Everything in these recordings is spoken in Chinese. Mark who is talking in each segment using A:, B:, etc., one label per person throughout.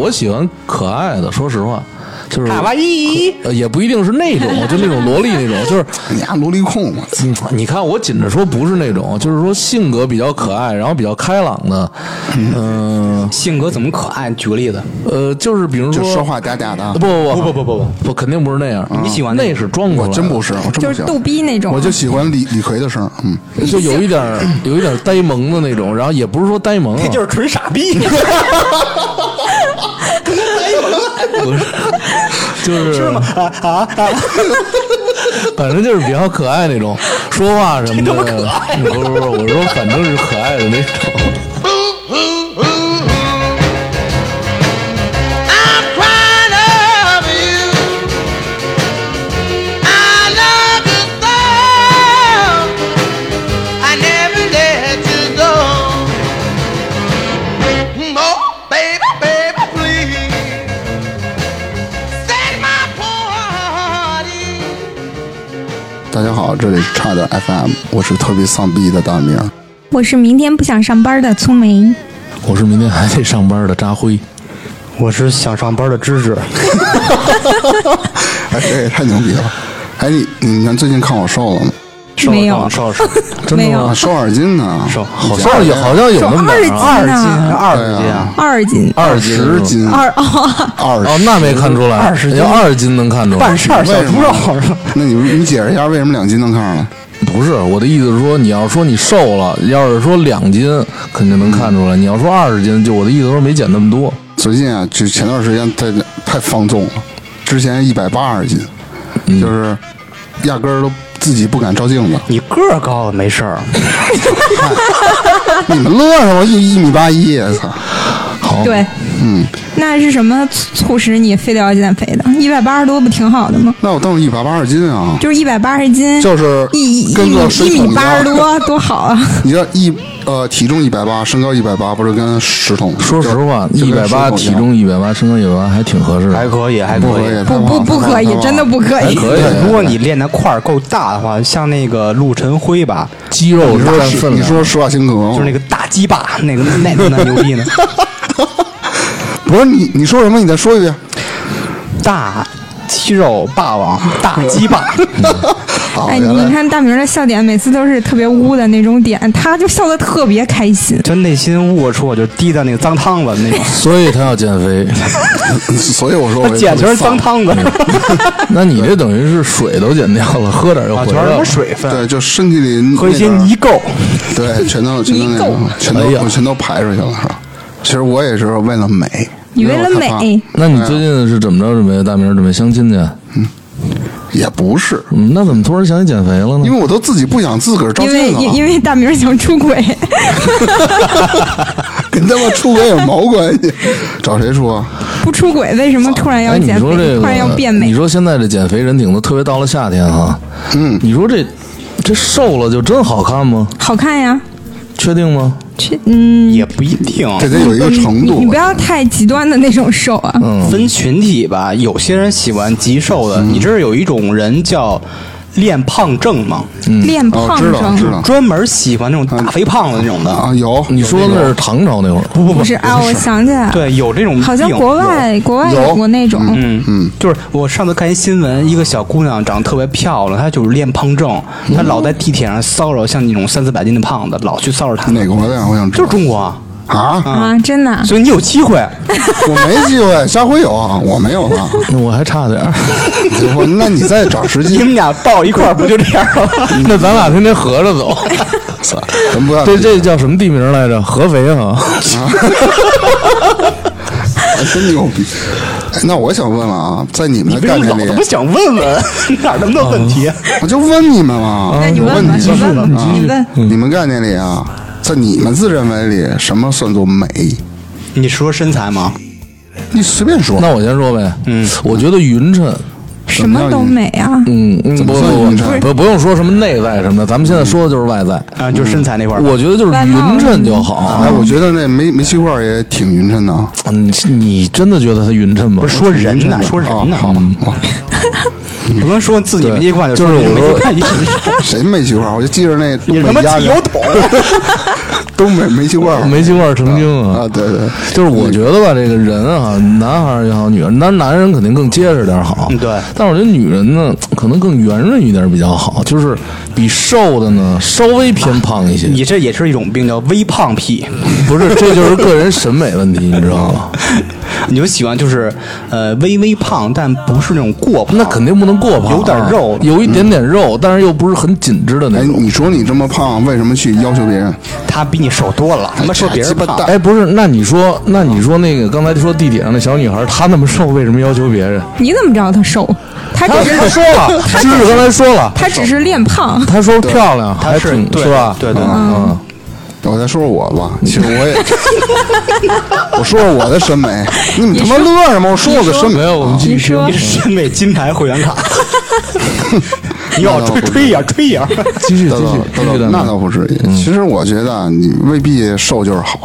A: 我喜欢可爱的，说实话，就是
B: 卡哇伊，
A: 呃，也不一定是那种，就那种萝莉那种，就是
C: 你家萝莉控嘛，
A: 嗯，你看我紧着说不是那种，就是说性格比较可爱，然后比较开朗的，嗯
B: 性格怎么可爱？举个例子，
A: 呃就是比如
C: 就
A: 说
C: 说话嗲嗲的啊
A: 不。不不
B: 不不不，
A: 不，肯定不是那样，
B: 你喜欢那
A: 那是装过
C: 我
A: 来，
C: 真不，是，我真不
D: 就是
C: 行。
D: 逗逼那种。啊
C: 我就喜欢李李逵的声儿，嗯，
A: 就有一点儿有一点儿呆萌的那种，然后也不是说呆萌、啊，
B: 那就是纯傻逼。
A: 不是，就是是吗？啊啊！ 反正就是比较可爱那种，说话什么的，嗯不是不是，我说反正是可爱的那种。
E: I'm crying over you. I love you so. I never let you go. Oh, baby, baby, please set my poor heart at ease.
C: 大家好，这里是差点 FM，我是特别丧逼的大明儿。
D: 我是明天不想上班的聪梅，
A: 我是明天还得上班的扎辉，
B: 我是想上班的芝芝，
C: 哎，这也太牛逼了！哎，你你们最近看我瘦了吗？
D: 没有，
B: 少少
A: 真的
D: 没
A: 吗
D: 有
C: 啊，，瘦二斤呢，
B: 瘦
C: 好
A: 好像有好像有
D: 就
A: 那么
D: 二
A: 点
D: 斤
A: 儿啊
D: 呢，
B: 二
C: 对啊
B: 十斤啊，
D: 二斤，
A: 二
C: 十
A: 斤
C: 斤，
D: 二哦，
C: 二
A: 哦，那没看出来，
B: 二十斤
A: 要二斤能看出来。
B: 扇
C: 为什么
B: 是吧？
C: 那你你解释一下为什么两斤能看上来？
A: 不是我的意思是说，你要说你瘦了，要是说两斤肯定能看出来，你要说二十斤，就我的意思说没减那么多。
C: 最近啊，就前段时间太太放纵了，之前一百八十斤，就是压根儿都自己不敢照镜子。
B: 你个儿高没事儿，
C: 你们乐什么？一一米八一，操！
A: 好，
D: 对，
C: 嗯，
D: 那是什么促促使你非得要减肥的？一百八十多不挺好的吗？
C: 那我当时一百八十斤啊，
D: 就是一百八十斤，
C: 就是
D: 一一
C: 跟
D: 米
C: 个水
D: 一
C: 桶
D: 米
C: 一
D: 八
C: 样。
D: 十 多，多好 啊！
C: 你知道一呃体重一百八，身高一百八，不是跟石桶？
A: 说实话，
C: 就
A: 一
C: 跟
A: 百
C: 石
A: 八
C: 桶一
A: 体
C: 样
A: 重一百八，身高一百八还挺合适的，
B: 还可以，还
C: 不
B: 可
C: 可以
B: 以。，
C: 太
D: 不
C: 胖
D: 不
C: 了
D: 不可以，真的。不可以。
C: 哎
A: 可以
B: 对，如果你练的块儿够大的话，像那个陆晨辉吧，
A: 肌肉
C: 太
A: 是
C: 胖了
A: 占
C: 你说
A: 分
C: 你
A: 量。
C: 说施瓦辛格吗？
B: 就是那个大鸡巴， 那个那那那牛逼呢，
C: 不是你你说什么？你再说一遍。
B: 大肌肉霸王，大鸡巴，
C: 好，
D: 哎，
C: 原
D: 你
C: 来
D: 看大明儿的笑点，每次都是特别污的那种点，他就笑得特别开心。
B: 就内心龌龊，就滴到那个脏汤子那种，
A: 所以他要减 肥，
C: 所以我说我
B: 我捡全是脏汤子，
A: 那你这等于是水都减掉了，喝点就
B: 啊，
A: 回
B: 全
A: 来
B: 是什
A: 了
B: 么。水分，
C: 对，就身体里
B: 和一些
C: 那点儿
B: 泥垢，
C: 对，全都全都那
D: 泥
C: 个，全都、
A: 哎呀
C: 我全都排出去了，是吧？其实我也是为了美，
D: 你为了
C: 因我太胖
D: 美
A: 那你最近是怎么着？准备大明儿准备相亲去？
C: 也不是，
A: 嗯，那怎么突然想起减肥了呢
C: 因？为我都自己不想自个儿照
D: 因为
C: 镜
D: 因
C: 子
D: 因
C: 了，
D: 为大明儿想出轨，
C: 跟他妈出轨有毛关系？找谁啊说？
D: 不出轨为什么突然要
A: 哎，你
D: 减肥，
A: 说这
D: 突然要
A: 个，
D: 变美
A: 你？说现在这减肥人挺多，特别到了夏天哈，嗯，你说这这瘦了就真好看吗？
D: 好看呀，
A: 确定吗？
D: 去嗯，
B: 也不一定。
C: 这得有一个程
D: 你
C: 度啊
D: 你不。要太极端的那种瘦啊。
A: 嗯
B: 分群体吧，有些人喜欢极瘦的，你知道有一种人叫练胖症吗？
A: 嗯
D: 练
C: 哦
D: 胖，
C: 知道知
D: 症。
C: 道
B: 专门喜欢那种大肥胖子那种的。
C: 啊，有
A: 你说那是唐朝那会儿，不不
D: 不是啊，我想起来了，
B: 对，有这种病。
D: 好像国外国外
C: 有
D: 有过那种，
B: 嗯嗯，就是我上次看一新闻，一个小姑娘长得特别漂亮，她就是练胖症，她老在地铁上骚扰像那种三四百斤的胖子，老去骚扰她们，
C: 哪个国家？我想知
B: 就
C: 道
B: 是中国啊。
C: 啊，
D: 啊，真的。
B: 所以你有机 会，
C: 我没机会，下回有啊，我没有了。
A: 那我还差点 儿，
C: 我那你再找时
B: 你
C: 机，
B: 们俩抱一块儿不就这样了 吗？
A: 那咱俩天天合着 走。
C: 咱不要
A: 这这叫什么地名来着？合肥啊哈。
C: 还真牛逼。哎那我想问问啊，在你们
B: 你
C: 的
B: 为什
C: 概
B: 么老
C: 念
B: 他
C: 里
B: 妈，想问问， 哪儿那么多问题？啊
C: 我就问你们嘛。
D: 那你问吧，你问吧，你问。啊
C: 你们概念里啊，在你们自认为里，什么算作美？
B: 你说身材吗？
C: 你随便说。
A: 那我先说呗，嗯，我觉得匀称，
D: 什么都美啊！
A: 嗯嗯，
C: 怎
A: 不
C: 么
A: 不
C: 算匀
A: 不
C: 称嗯
A: 不不用说什么内在什么的，咱们现在说的就是外在，
B: 啊，就是身材那块儿。
A: 我觉得就是匀
D: 嗯
A: 称就好。
C: 哎，我觉得那煤煤气罐也挺匀称的啊。
A: 嗯，你真的觉得它匀称吗？
B: 啊不是说人呢，说人呢，
C: 好吧，
B: 嗯 不能说自己没计划就
A: 就是
B: 你
A: 我
B: 没
A: 说
B: 计划你
C: 谁没去过？我就记着那
B: 你
C: 东
B: 他妈
C: 北鸭
B: 自由桶，
C: 东北没 去过，
A: 没去过成精
C: 啊，对对，
A: 就是我
B: 嗯
A: 觉得吧，这个人啊，男孩儿也好，女孩儿男男人肯定更结实点儿好。
B: 嗯对
A: 但是我觉得女人呢，可能更圆润一点儿比较好，就是比瘦的呢稍微偏胖一些。
B: 你这也是一种病，叫微胖癖。
A: 不是，这就是个人审美问题，你知道吗？
B: 你就喜欢就是呃微微胖，但不是那种过胖。
A: 那肯定不能过胖啊，
B: 有点肉
A: 有一点点肉，但是又不是很紧致的那
C: 哎，
A: 种。
C: 你说你这么胖，为什么去要求别人？
B: 他比你瘦多了，他妈说别人
C: 鸡巴
B: 胖
C: 蛋。
A: 哎，不是，那你说，那你说那个刚才说地铁上那小女孩，她那么瘦，为什么要求别人？
D: 你怎么知道他瘦？哦他
A: 她
D: 只
A: 她
D: 是
A: 说了， 芝芝刚才说了，
D: 他只是练胖，
A: 她说漂亮，
B: 他
A: 还
B: 是
A: 挺
B: 对
A: 是吧？
B: 对对，
A: 嗯，
C: 我再说说我吧，其实我 也，我说说我的审美，你们他妈乐什么？我说我的审美啊
A: 没，有，我们继续听
D: 你说
B: 你是审美金牌会员 卡。你要吹吹一下，吹一下。
A: 继续继
C: 那倒
A: 续继
C: 那
A: 续嗯
C: 倒
A: 的
C: 那倒不至于。其实我觉得啊你未必瘦就是好，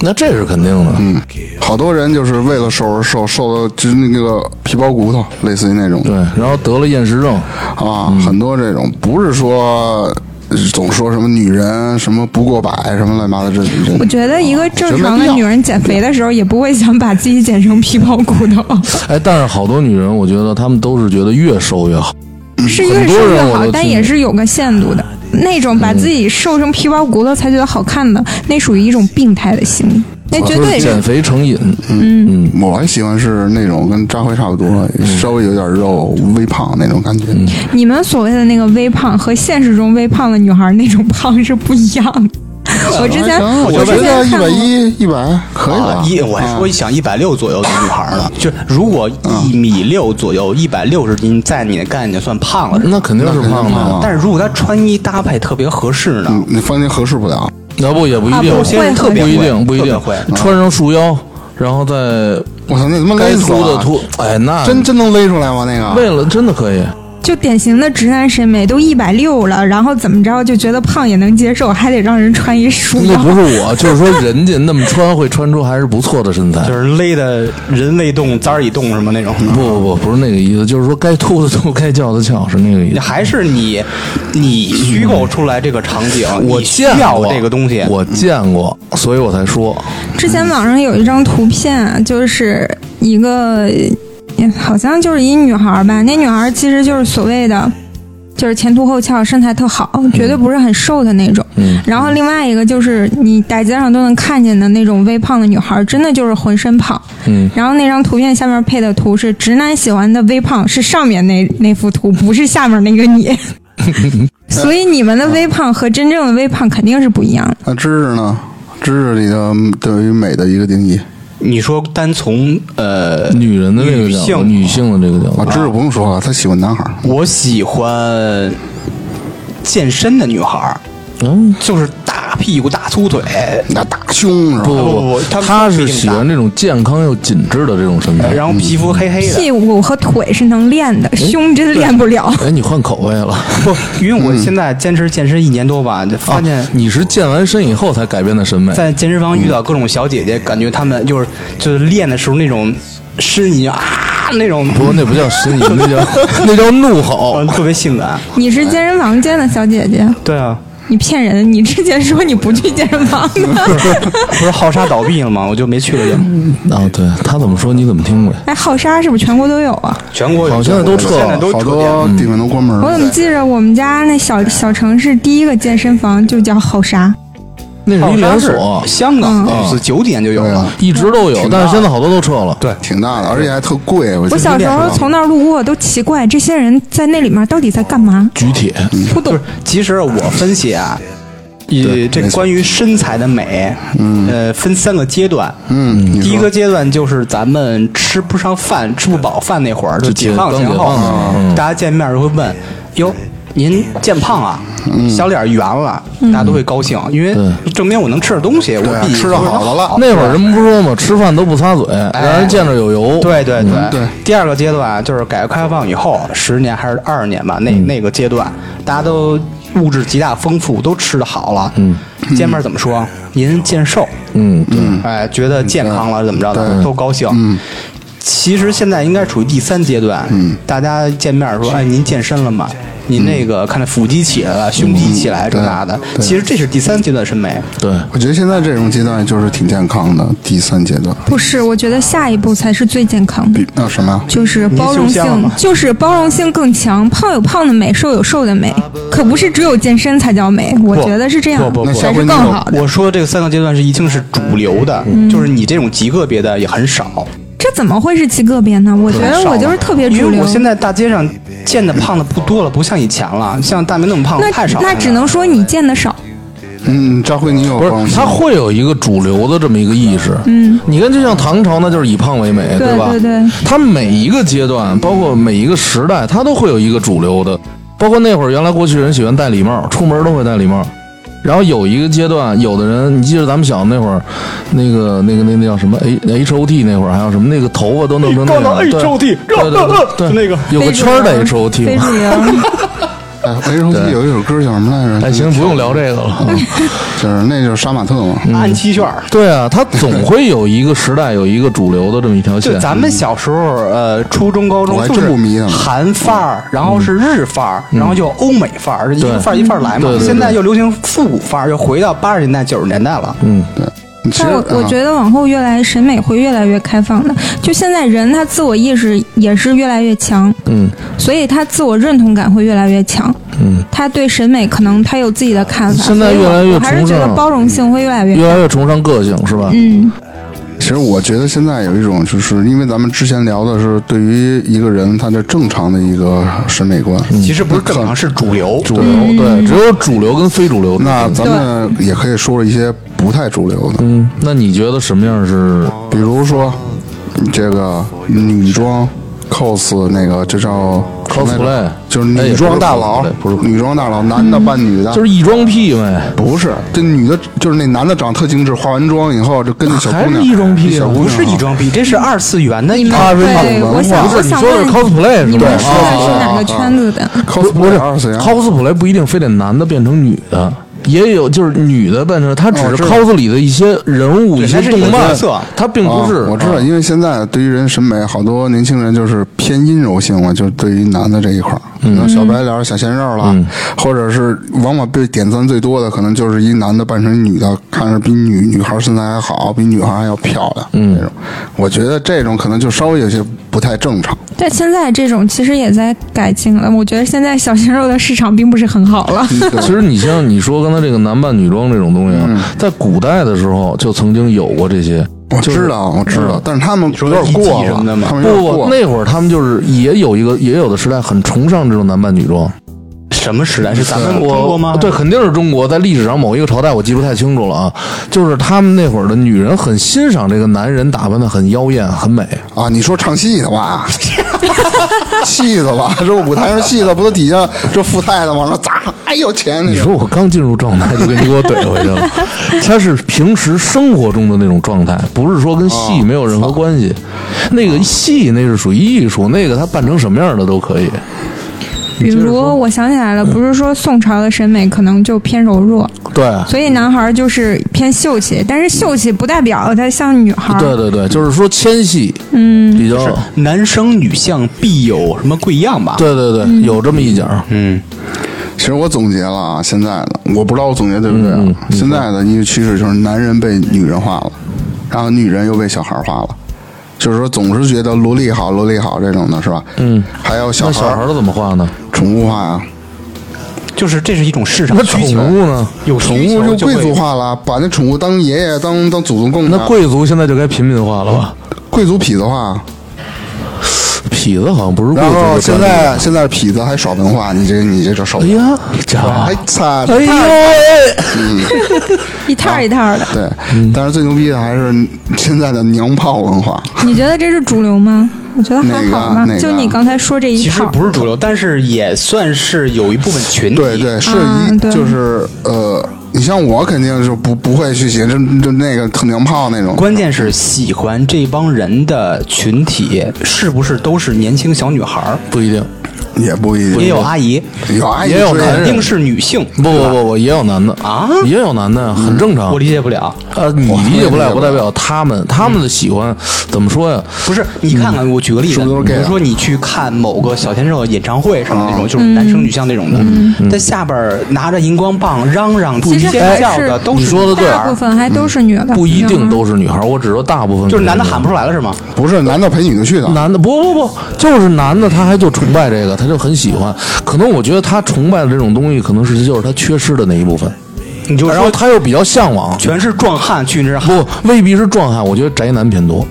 A: 那这是肯定的，嗯，
C: 好多人就是为了瘦而瘦，瘦到就是那个皮包骨头，类似于那种
A: 对，嗯然后得了厌食症，
C: 啊，很多这种不是说呃总说什么女人什么不过百什么乱七八糟这
D: 我
C: 这。
D: 觉得一个正常的女人减肥的时候，也不会想把自己减成皮包骨头，
A: 哎，但是好多女人，我觉得她们都是觉得越瘦越好，
D: 是一个
A: 很多
D: 瘦
A: 人
D: 越
A: 我
D: 好
A: 都，
D: 但
A: 听嗯
D: 也是有个限度的。那种把自己瘦成皮包骨头才觉得好看的，那属于一种病态的行为，那哎
A: 就
D: 绝
A: 是
D: 对
A: 啊减
D: 是
A: 肥成瘾，
C: 我还喜欢是那种跟扎辉差不多，
A: 嗯
C: 稍微有点肉、微胖那种感觉。
D: 你们所谓的那个微胖和现实中微胖的女孩那种胖是不一样的。我之前
C: 行我
D: 之
C: 觉得
D: 前
C: 一
D: 看
C: 百
D: 过。
C: 一、一百可 以
B: 啊
C: 吧？
B: 一我还说想一百六左右的女孩呢，就如果一米六左右，一百六十斤，在你的概念算胖了是吧。
A: 那肯定是胖
C: 那肯定
A: 的
C: 胖，
B: 但是如果她穿衣搭配特别合适呢，
C: 嗯，你房间合适不了。
A: 那不也不一定，
D: 啊
B: 有些人特别
A: 不
B: 会
A: 一定，不一
B: 特别
A: 定
B: 会。，
A: 穿上束腰，然后再
C: 我操，那他妈
A: 该
C: 勒死
A: 秃
C: 我
A: 的
C: 了！
A: 秃，哎，那
C: 真真能勒出来吗？那个
A: 为了真的可以，
D: 就典型的直男审美，都一百六了，然后怎么着就觉得胖也能接受，还得让人穿一束
A: 那
D: 腰
A: 不。是我， 就是说人家那么穿会穿出还是不错的身材
B: 就。是勒的人未动，簪儿已动什么那种。
A: 不不不，不是那个意思，就是说该秃的秃，该翘的翘，是那个意思。
B: 还是你，你虚构出来这个场景，
A: 我
B: 你需
A: 见
B: 要
A: 过
B: 这个东西。嗯
A: 我见过，所以我才说，
D: 之前网上有一张图片，啊就是一个也好像就是一女孩吧，那女孩其实就是所谓的。就是前凸后翘，身材特好，绝对不是很瘦的那种。
A: 嗯
D: 然后另外一个就是你大街上都能看见的那种微胖的女孩，真的就是浑身胖。
A: 嗯，
D: 然后那张图片下面配的图是直男喜欢的微胖，是上面那那幅图，不是下面那个你。 所以你们的微胖和真正的微胖肯定是不一样的。
C: 那知识呢？知识里的对于美的一个定义
B: 你说单从呃
A: 女人的这个
B: 女
A: 角度，
B: 性
A: 女性的这个角
C: 啊，
A: 度，
C: 知识不用说了，他喜欢男孩儿。
B: 我喜欢健身的女孩儿，
A: 嗯，
B: 就是大屁股、大粗腿。
C: 那大胸是吧？
A: 不
B: 不不她
A: 她
B: 们
A: 是喜欢这种健康又紧致的这种嗯身材。
B: 然后皮肤黑黑的，
D: 屁股和腿是能练的，胸真练不了。
A: 哎，你换口味 了。
B: 不，因为我现在坚持健身一年多吧，就发现
A: 啊你是健完身以后才改变的审美，
B: 在健身房遇到各种小姐姐，感觉她们就是就是练的时候那种呻吟啊那种，
A: 不，那不 叫呻吟，那叫那叫怒吼。
B: 特别性感。
D: 你是健身房见的小姐姐，
B: 对啊，
D: 你骗人！你之前说你不去健身房的。
B: 不是浩沙倒闭了吗？我 就没去了就。
A: 啊，对他怎么说你怎么听呗。
D: 哎，浩沙是不是全国都有啊？
B: 全国有
A: 好像都撤了
B: 现在都
C: 好
B: 撤
C: 多
B: 店了
C: 地方都关门
D: 我怎么
C: 了。
D: 记着我们家那小小城市第一个健身房就叫浩沙？
A: 那是一连
B: 好
A: 锁
B: 哦像是，嗯香港是九几年就有
C: 对
B: 了
C: 啊。
A: 一直都有，但是现在好多都撤了。
B: 对
C: 挺大的，而且还特贵。我
D: 我小时候从那儿路过都奇怪，这些人在那里面到底在干嘛？
A: 举铁，
B: 哦
D: 不懂。
B: 其实我分析啊，以这
C: 没
B: 个
C: 错
B: 关于身材的美，呃，分三个阶段。
C: 嗯，你
B: 第一
C: 说
B: 个阶段就是咱们吃不上饭、吃不饱饭那会儿，就
A: 就
B: 解放
A: 刚
B: 前
A: 解
B: 后
A: 放的时候，嗯
B: 大家见面就会问：“哟，您见胖啊，
C: 嗯
B: 小脸圆了。”大家都会高兴，因为
A: 对
B: 证明我能吃点东西，我
C: 对啊
B: 比
C: 吃着好的了，
A: 那会儿人不说嘛，吃饭都不擦嘴，让人见着有油。
B: 哎对对对、
C: 对
B: 第二个阶段就是改革开放以后，十年还是二十年吧，那、那个阶段，大家都物质极大丰富，都吃的好了。嗯，见面怎么说？您健瘦，
A: 嗯，对，
B: 哎，觉得健康了怎么着的，都高兴。嗯，其实现在应该处于第三阶段，嗯，大家见面说，哎，您健身了吗？您那个看那腹肌起来了，胸肌起来这那的，
C: 对
B: 其实这是第三阶段审美。
A: 对，
C: 我觉得现在这种阶段就是挺健康的，第三阶段
D: 不是，我觉得下一步才是最健康的，
C: 比那什么呀？
D: 就是包容
B: 你是修仙了
D: 性
B: 吗，
D: 就是包容性更强。胖有胖的美，瘦有瘦的美，可不是只有健身才叫美。我觉得是这样
A: 不不
C: 不
D: 才是更好的。
B: 我说这个三个阶段是一定是主流的，就是你这种极个别的也很少。
D: 这怎么会是极个别呢？我觉得我就是特别主
B: 因为
D: 流
B: 我。现在大街上见的胖的不多了，不像以前了，像大明那么胖
D: 那
B: 太少了。
D: 那只能说你见的少。
C: 嗯，张辉，你有
A: 不
C: 包容
A: 是
C: 性
A: 他
C: 吗
A: 会有一个主流的这么一个意识。嗯，你看，就像唐朝，那就是以胖为美，
D: 对
A: 吧？
D: 对对
A: 他每一个阶段，包括每一个时代，他都会有一个主流的。包括那会儿，原来过去人喜欢戴礼帽，出门都会戴礼帽。然后有一个阶段，有的人，你记得咱们小那会儿，那个、那个、那那叫什么 H H O T 那会儿，还有什么那个头发都弄成那
B: 高到
A: 样，对
B: HOT
A: 对对对对，
B: 就那个
A: 有个圈儿的 H O T
D: 非
A: 嘛
D: 主。 流。
C: 哎，维柔有一首歌叫什么来着？
A: 哎，行，不用聊这个嗯了。
C: 就是那就是杀马特嘛。
B: 按 T 恤儿。
A: 对啊，它总会有一个时代，有一个主流的这么一条
B: 就
A: 线。
B: 咱们小时候，呃，初中、高
C: 我
B: 中
C: 还
B: 就是
C: 真不迷呢
B: 韩范儿，然后是日范儿，然后就欧美范儿，一个范儿一范儿来嘛
A: 嗯对对。对
B: 现在又流行复古范儿，又回到八十年代、九十年代了。
A: 嗯，
C: 其实啊
D: 但我我觉得往后越来审美会越来越开放的，就现在人他自我意识也是越来越强，
A: 嗯，
D: 所以他自我认同感会越来越强，
A: 嗯，
D: 他对审美可能他有自己的看法，
A: 现在
D: 所以我
A: 越来越
D: 我还是觉
A: 崇
D: 得
A: 尚
D: 包容性会越来越，
A: 越来越崇尚个性是吧？
D: 嗯，
C: 其实我觉得现在有一种，就是因为咱们之前聊的是对于一个人他的正常的一个审美观，
B: 其实不是正常，是主流。
A: 嗯主
D: 嗯
A: 流对，只有主流跟非主流。
C: 那咱们也可以说一些不太主流的，
A: 嗯，那你觉得什么样是？
C: 比如说这个女装 cos 那个，这叫
A: cosplay
C: 就是女装大佬
A: 哎，不是 cosplay，不是
C: 女装大佬，男的扮女的，
A: 就是异装癖呗。
D: 嗯
C: 不是这女的，就是那男的长得特精致，化完妆以后就跟那小姑
A: 还
C: 娘，
A: 是异装癖啊
C: 那小姑娘
B: 不是异装癖，这是二次元的一种。
A: 他是一
D: 对
A: 种
D: 我
A: 文
D: 想
A: 化，不
D: 我
A: 是你
D: 想
A: 说的是
D: 问
A: cosplay 是
D: 你
A: 吧？
D: 们说
A: 啊
D: 的是哪个圈子的？
A: 不是
C: cosplay 啊二次元
A: cosplay 不一定非得男的变成女的，也有就是女的变成，它只
C: 哦
A: 是
C: 知道
A: cos 里的一些人物、
B: 对
A: 一
B: 它
A: 些
B: 是
A: 动
B: 一个
A: 漫
B: 角色，
A: 它并不是
C: 啊。我知道，
A: 啊
C: 因为现在对于人审美，好多年轻人就是偏阴柔性嘛，就是对于男的这一块儿，嗯，小白脸、小鲜肉啦，或者是往往被点赞最多的，可能就是一男的扮成女的，看着比女女孩身材还好，比女孩还要漂亮，嗯，这种，我觉得这种可能就稍微有些不太正常。
D: 但现在这种其实也在改进了，我觉得现在小鲜肉的市场并不是很好了，
C: 嗯对
A: 其实你像你说刚才这个男扮女装这种东西啊，在古代的时候就曾经有过这些。
C: 我知道，我知道，但是他们有点过
B: ET 什
C: 了
B: 么的，嘛
C: 他们有
A: 不
C: 点
A: 不
C: 过
A: 不，
C: 了。
A: 那会儿他们就是也有一个，也有的时代很崇尚这种男扮女装。
B: 什么时代？是咱们中
A: 我
B: 国吗？
A: 对，，肯定是中国，在历史上某一个朝代，我记不太清楚了啊。就是他们那会儿的女人很欣赏这个男人打扮的很妖艳、很美。
C: 啊，你说唱戏的吧， 戏的吧，这舞台上戏的不都底下这富太太往上砸，哎有钱那
A: 你
C: 种。
A: 说我刚进入状 态就给你给我怼回去了，他是平时生活中的那种状态，不是说跟戏没有任何关系。那个戏那是属于艺术，那个他扮成什么样的都可以。
D: 比如我想起来了，不是说宋朝的审美可能就偏柔弱，
A: 对，
D: 所以男孩儿就是偏秀气，但是秀气不代表他像女孩儿。
A: 对对对，就是说纤细，嗯，比较，
B: 男生女相必有什么贵样吧？
A: 对对对，有这么一讲。
C: 其实我总结了啊，现在的我不知道我总结对不对啊。
A: 嗯
C: 现在的一个趋势就是男人被女人化了，然后女人又被小孩化了，就是说总是觉得萝莉好，萝莉好这种的是吧？嗯，还有小
A: 那
C: 孩
A: 小孩
C: 儿
A: 儿怎么画呢？
C: 宠物化呀，
B: 就是这是一种市场
A: 那宠
B: 需求。
A: 物呢？
B: 有
C: 宠
B: 需
C: 物
B: 求
C: 就
B: 就
C: 贵族啊
B: 会
C: 化了，把那宠物当爷爷当当祖宗供
A: 那
C: 的，
A: 贵族现在就该平民化了吧？
C: 贵族痞子化。
A: 痞子好像不是贵
C: 然
A: 族
C: 后
A: 的
C: 现
A: 专利。
C: 在现在痞子还耍文化，你这你这就受不
A: 哎
C: 了。
A: 呀，家伙
C: 还惨，
A: 哎呦喂！
D: 一套儿一套儿的。
C: 对，但是最牛逼的还是现在的娘炮文化。
D: 你觉得这是主流吗？我觉得还
C: 哪个啊
D: 好吧。
C: 哪个啊
D: 就你刚才说这一
B: 其实
D: 套儿，
B: 不是主流，但是也算是有一部分群体。
C: 对对，是
D: 啊
C: 一
D: 对
C: 就是呃，你像我肯定是不不会去写这这那个特娘炮那种。
B: 关键是喜欢这帮人的群体是不是都是年轻小女孩儿？
A: 不一定，
C: 也不一定
B: 也有阿姨，
C: 有阿姨
A: 也有
C: 追
A: 男
B: 肯
A: 人
B: 定是女性。
A: 不不不不，也有男的
B: 啊
A: 也有男的，很正常
B: 我。理解不了，
A: 呃，你理解不了，不代表他们他们的喜欢怎么说呀？
B: 不是你看看，我举个例子，
C: 是不是都是
B: 比
C: gay
B: 如
C: 啊
B: 说你去看某个小鲜肉演唱会什么那种，就是男生女相那种的，在下边儿拿着荧光棒嚷嚷、不
D: 嗯其实
B: 尖叫
D: 还
B: 的
D: 是
B: 都
A: 你
B: 是
A: 说的对，
D: 大部分还都是女的，嗯
A: 不一定
D: 女孩
A: 都是女孩儿，我只说大部分
B: 就是男的喊不出来了是吗？
C: 不是男的陪女的去的，
A: 男的不不不，就是男的，他还就崇拜这个，他就很喜欢。可能我觉得他崇拜的这种东西，可能是就是他缺失的那一部分，
B: 你就
A: 然后
B: 说
A: 他又比较向往。
B: 全是壮汉去那儿喊
A: 不，未必是壮汉，我觉得宅男偏多。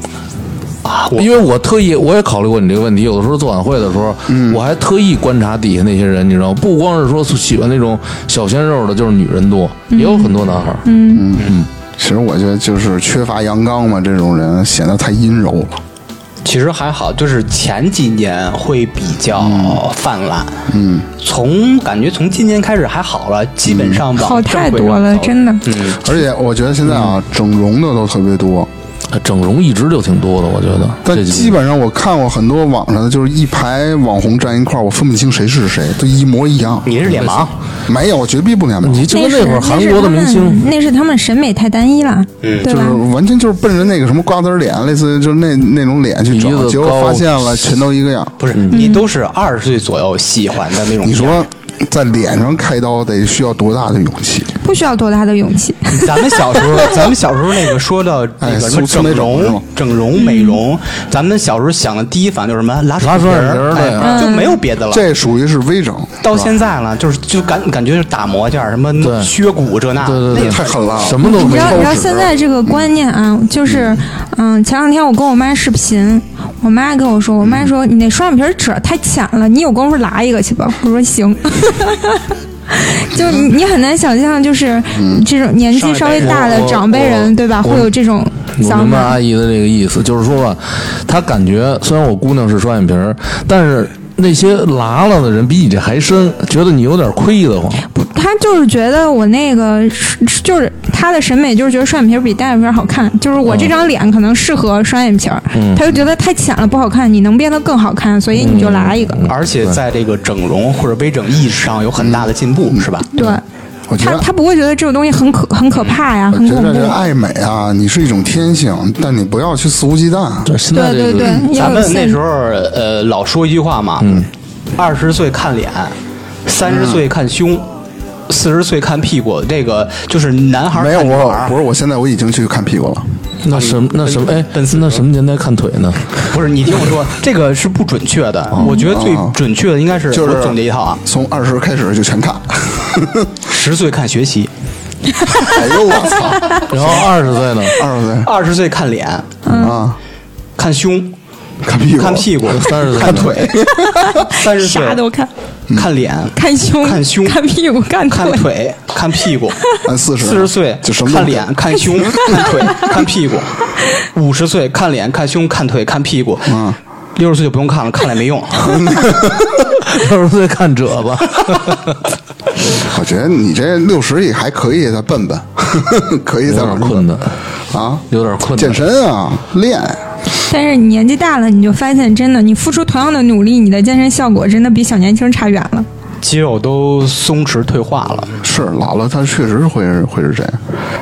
B: 啊，我
A: 因为我特意我也考虑过你这个问题，有的时候做晚会的时候，我还特意观察底下那些人，你知道吗，不光是说喜欢那种小鲜肉的，就是女人多，也有很多男孩儿。
D: 嗯
C: 其实我觉得就是缺乏阳刚嘛，这种人显得太阴柔了。
B: 其实还好，就是前几年会比较泛滥，嗯，从感觉从今年开始还好了，基本上往
D: 好太
B: 正轨
D: 多
B: 上
D: 了，
B: 走
D: 真的。
B: 嗯，
C: 而且我觉得现在啊，整容的都特别多，
A: 整容一直就挺多的，我觉得。
C: 但
A: 这几
C: 基本上我看过很多网上的，就是一排网红站一块儿，我分不清谁是谁，都一模一样。
B: 你是脸盲，
D: 嗯
C: 没有，绝逼不脸盲
A: 你，就跟
D: 是
A: 那会儿韩国的明
D: 那是他
A: 星嗯
D: 们，那是他们审美太单一了，对
C: 就是
D: 吧？
C: 完全就是奔着那个什么瓜子儿脸，类似于就是那那种脸去找
A: 鼻子，
C: 结果
A: 高
C: 发现了全都一个样。
B: 不是
A: 嗯
B: 你都是二十岁左右喜欢的那种，
C: 你说在脸上开刀得需要多大的勇气？
D: 不需要多大的勇气。
B: 咱们小时候，咱们小时候那个说到那
C: 哎
B: 个什
C: 苏
B: 么
C: 苏
B: 整
C: 梅种是
B: 容
C: 吗、
B: 整
D: 嗯
B: 容、美容，咱们小时候想的第一反应就是什么拉
A: 拉双眼皮
B: 儿
A: 儿的
D: 嗯
B: 哎就没有别的了。
C: 这属于是微整，
B: 到现在了，就是就感感觉就是打磨件儿，什么
A: 对
B: 削骨这那，
A: 对对对，
C: 太狠了
A: 什么都
D: 你
A: 没
D: 知
A: 有
D: 道，你知道现在这个观念啊，就是，嗯，前两天我跟我妈视频，我妈跟我说，我妈说你那双眼皮儿褶儿太浅了，你有功夫拉一个去吧。我说行。 就是你你很难想象，就是这种年纪稍微大的长辈
A: 我
D: 人，对吧？
A: 我
D: 会有这种
A: 我
D: 想
A: 明白
D: 法
A: 阿。姨的这个意思，就是说吧，她感觉虽然我姑娘是双眼皮儿，但是那些拉了的人比你这还深，觉得你有点亏得慌。
D: 不她就是觉得我那个是，就是她的审美就是觉得双眼皮儿比单眼皮儿好看，就是我这张脸可能适合双眼皮儿，
A: 嗯
D: 她就觉得太浅了不好看，你能变得更好看，所以你就拉一个。
A: 嗯
B: 而且在这个整容或者微整意识上有很大的进步，
C: 嗯
B: 是吧？
D: 对，
C: 我觉
D: 他
C: 得
D: 他不会觉得这种东西很可很可怕呀，
C: 我
D: 很
C: 觉
D: 恐
C: 得
D: 怖。
C: 这爱美啊，你是一种天性，但你不要去肆无忌惮。
A: 这现在这
D: 对对
A: 个
D: 对，也
B: 咱
D: 有
B: 们那
D: 限
B: 时
D: 制。
B: 候呃老说一句话嘛，
C: 嗯
B: 二十岁看脸，三十岁看胸，四十岁看屁股，这个就是男孩儿
C: 没有
B: 看女孩
C: 我，
B: 儿
C: 不是我现在我已经去看屁股了。
A: 那什么那什么哎，那什么年代看腿 呢？
B: 不是你听我 说，这个是不准确的。我觉得最准确的应该是
C: 哦就是
B: 我总结一套啊，
C: 从二十开始就全看。
B: 十岁看学习，
C: 哎呦我操！
A: 然后二十岁呢？
C: 二十岁
B: 二十岁看脸、
C: 啊，
B: 看胸、
C: 看屁股，
B: 看屁 股、
A: 三十岁
B: 看腿，三十岁
D: 啥都看，
B: 看脸、
D: 看胸、
B: 看胸
D: 看屁股、看
B: 看腿、看屁股。
C: 看四十，
B: 四十岁
C: 就什么都
B: 看脸、看 胸、看腿、看屁股；五十岁看脸、看胸、看腿、看屁股。
C: 嗯，
B: 六十岁就不用看了，看了也没 用。
A: 六十岁看褶子，
C: 我觉得你这六十也还可以，再笨 笨，可以
A: 有
C: 再
A: 点
C: 往
A: 困
C: 上
A: 难，
C: 啊，
A: 有点困难。
C: 健身啊，练。
D: 但是你年纪大了，你就发现真的，你付出同样的努力，你的健身效果真的比小年轻差远了。
B: 肌肉都松弛退化了，
C: 是老了，他确实会是会是这样。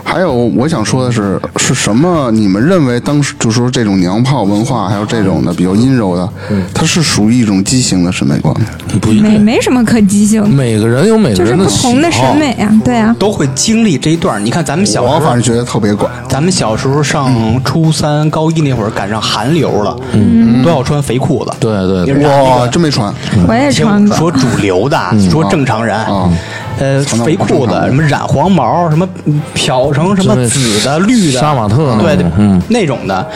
C: 还有，我想说的是，是什么？你们认为当时就说这种娘炮文化，还有这种的比较阴柔的，
A: 嗯
C: 它是属于一种畸形的审美观。
A: 不一
D: 没
A: 定，
D: 没什么可畸形，
A: 每个人有每个
D: 就是
A: 人
D: 不
A: 喜
D: 同的
A: 好
D: 审。美啊，对啊。
B: 都会经历这一段儿。你看咱们小
C: 我反正觉得特别怪。
B: 咱们小时候上初三、高一那会儿，赶上寒流了，嗯，都要穿肥裤子。
A: 对对对，
C: 哇，真没穿，
D: 我也
B: 听
D: 穿过，
B: 说主流的，啊
A: 嗯
B: 说正常人，
C: 啊
B: 呃，
C: 那
B: 肥裤
C: 正
B: 子
C: 常，人
B: 什么染黄毛，什么漂成什么
A: 真的
B: 紫的、绿的，
A: 杀马特那
B: 对
A: 种，嗯
B: 那种的。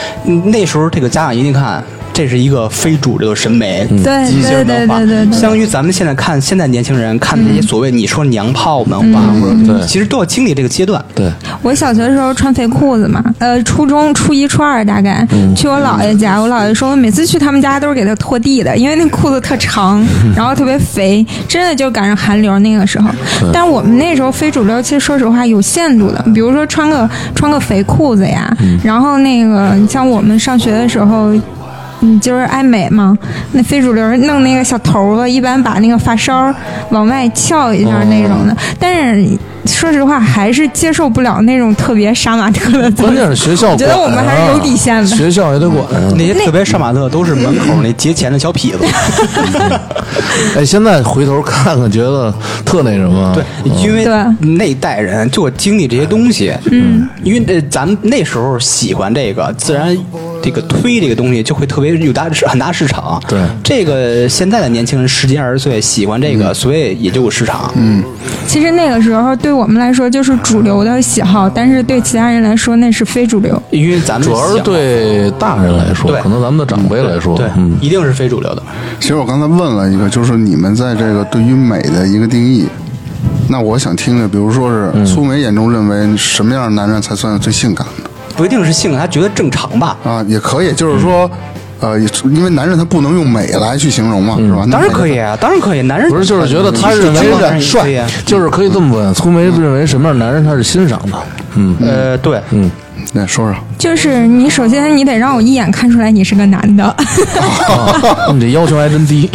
B: 那时候这个家长一定看，这是一个非主流审美，
A: 嗯
D: 对
B: 畸形文化
D: 对对对对。对
B: 相当于咱们现在看现在年轻人看那些所谓你说娘炮
D: 嗯
B: 文化，或者
A: 对
B: 其实都要经历这个阶段。
A: 对，
D: 我小学的时候穿肥裤子嘛，呃，初中初一初二大概、去我姥爷家，我姥爷说我每次去他们家都是给他拖地的，因为那裤子特长，然后特别肥，真的就赶上寒流那个时候。但我们那时候非主流，其实说实话有限度的，比如说穿个穿个肥裤子呀，然后那个你像我们上学的时候。你就是爱美嘛，那非主流弄那个小头发，一般把那个发梢往外翘一下那种的，
A: 哦
D: 但是。说实话，还是接受不了那种特别杀马特的造型。
A: 关键是学校
D: 我觉得
A: 管
D: 我们还是
A: 啊
D: 有底线的。
A: 学校也得管 啊。
B: 那些特别杀马特都是门口那劫钱的小痞子，
A: 哎，现在回头看看，觉得特那什么。
B: 对，因为
D: 对
B: 那代人就经历这些东西，嗯，因为这咱们那时候喜欢这个，自然这个推这个东西就会特别有大市很大市场。
A: 对
B: 这个现在的年轻人十几二十岁喜欢这
A: 嗯
B: 个，所以也就有市场。嗯，
D: 其实那个时候对我们来说就是主流的喜好，但是对其他人来说那是非主流。
B: 因为咱们
A: 主要是
B: 想
A: 对大人来说
B: 对，
A: 可能咱们的长辈来说，
B: 对，
A: 嗯，
B: 一定是非主流的。
C: 其实我刚才问了一个，就是你们在这个对于美的一个定义。那我想听听，比如说
A: 嗯
C: 是苏梅眼中认为什么样的男人才算是最性感的
B: 不一定是性，他觉得正常
A: 嗯
B: 吧？
C: 啊？也可以，就是说，呃，也因为男人他不能用美来去形容嘛，是吧？
A: 嗯
C: 那
B: 当然
C: 美
B: 可以啊，当然可以。男人嗯
A: 不是，就是觉得他
D: 嗯
A: 认
B: 直接
A: 为
B: 染
A: 帅
B: 对呀，
A: 就是可以这么问。粗梅认为什么样的男人他是欣赏 的？嗯，
B: 呃，对，嗯，
C: 对，说说，
D: 就是你首先你得让我一眼看出来你是个男的，
A: 啊你这要求还真低。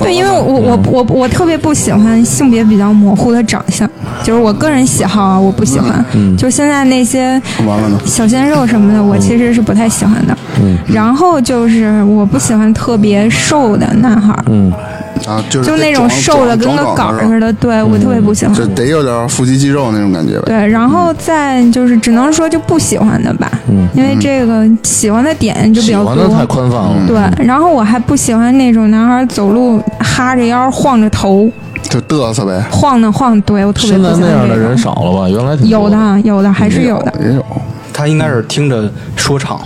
D: 对，因为我我我我特别不喜欢性别比较模糊的长相，就是我个人喜好啊，我不喜欢。就现在那些
C: 完了呢
D: 小鲜肉什么的，我其实是不太喜欢的。然后就是我不喜欢特别瘦的男孩儿，
C: 啊，就是
D: 就
C: 得
D: 那种
C: 壮
D: 瘦的跟
C: 壮
D: 个
C: 壮
D: 杆
C: 壮
D: 儿
C: 是吧
D: 似的，对我特别不喜
A: 嗯
D: 欢。
C: 就得有点腹肌肌肉那种感觉呗。
D: 对，然后再就是只能说就不喜欢的吧，因为这个喜欢的点就比
A: 喜
D: 较
A: 欢
D: 多嗯
A: 的。太宽泛了，嗯
D: 对，然后我还不喜欢那种男孩走路哈着腰晃着头
C: 就嘚瑟呗，
D: 晃的晃，对我特别
A: 现
D: 不
A: 在
D: 喜欢
A: 那样的
D: 这种
A: 人少了吧？原来挺多
D: 有的有的还是有的，
C: 也有。
B: 他应该是听着说唱，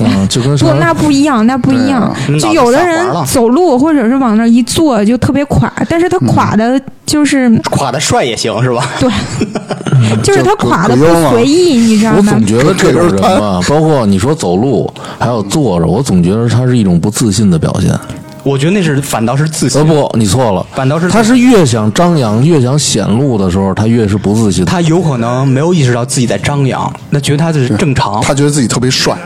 A: 嗯，就跟
D: 不
A: 上
D: 那不一样，那不一样
B: 对啊。
D: 就有的
B: 脑子
D: 人
B: 撒环了
D: 走路或者是往那儿一坐就特别垮，但是他
A: 嗯
D: 垮的就是
B: 垮的帅也行是吧？
D: 对，就是他垮的
C: 葛
D: 不
C: 优嘛
D: 随意，你知道
A: 我
D: 吗
A: 总？觉得这种人 吧，包括你说走路，还有坐着，我总觉得他是一种不自信的表现。
B: 我觉得那是反倒是自信
A: 呃，，不，你错了，
B: 反倒是
A: 他是越想张扬、越想显露的时候，他越是不自信。
B: 他有可能没有意识到自己在张扬，那觉得他是正
A: 哦
B: 常。
C: 他觉得自己特别帅，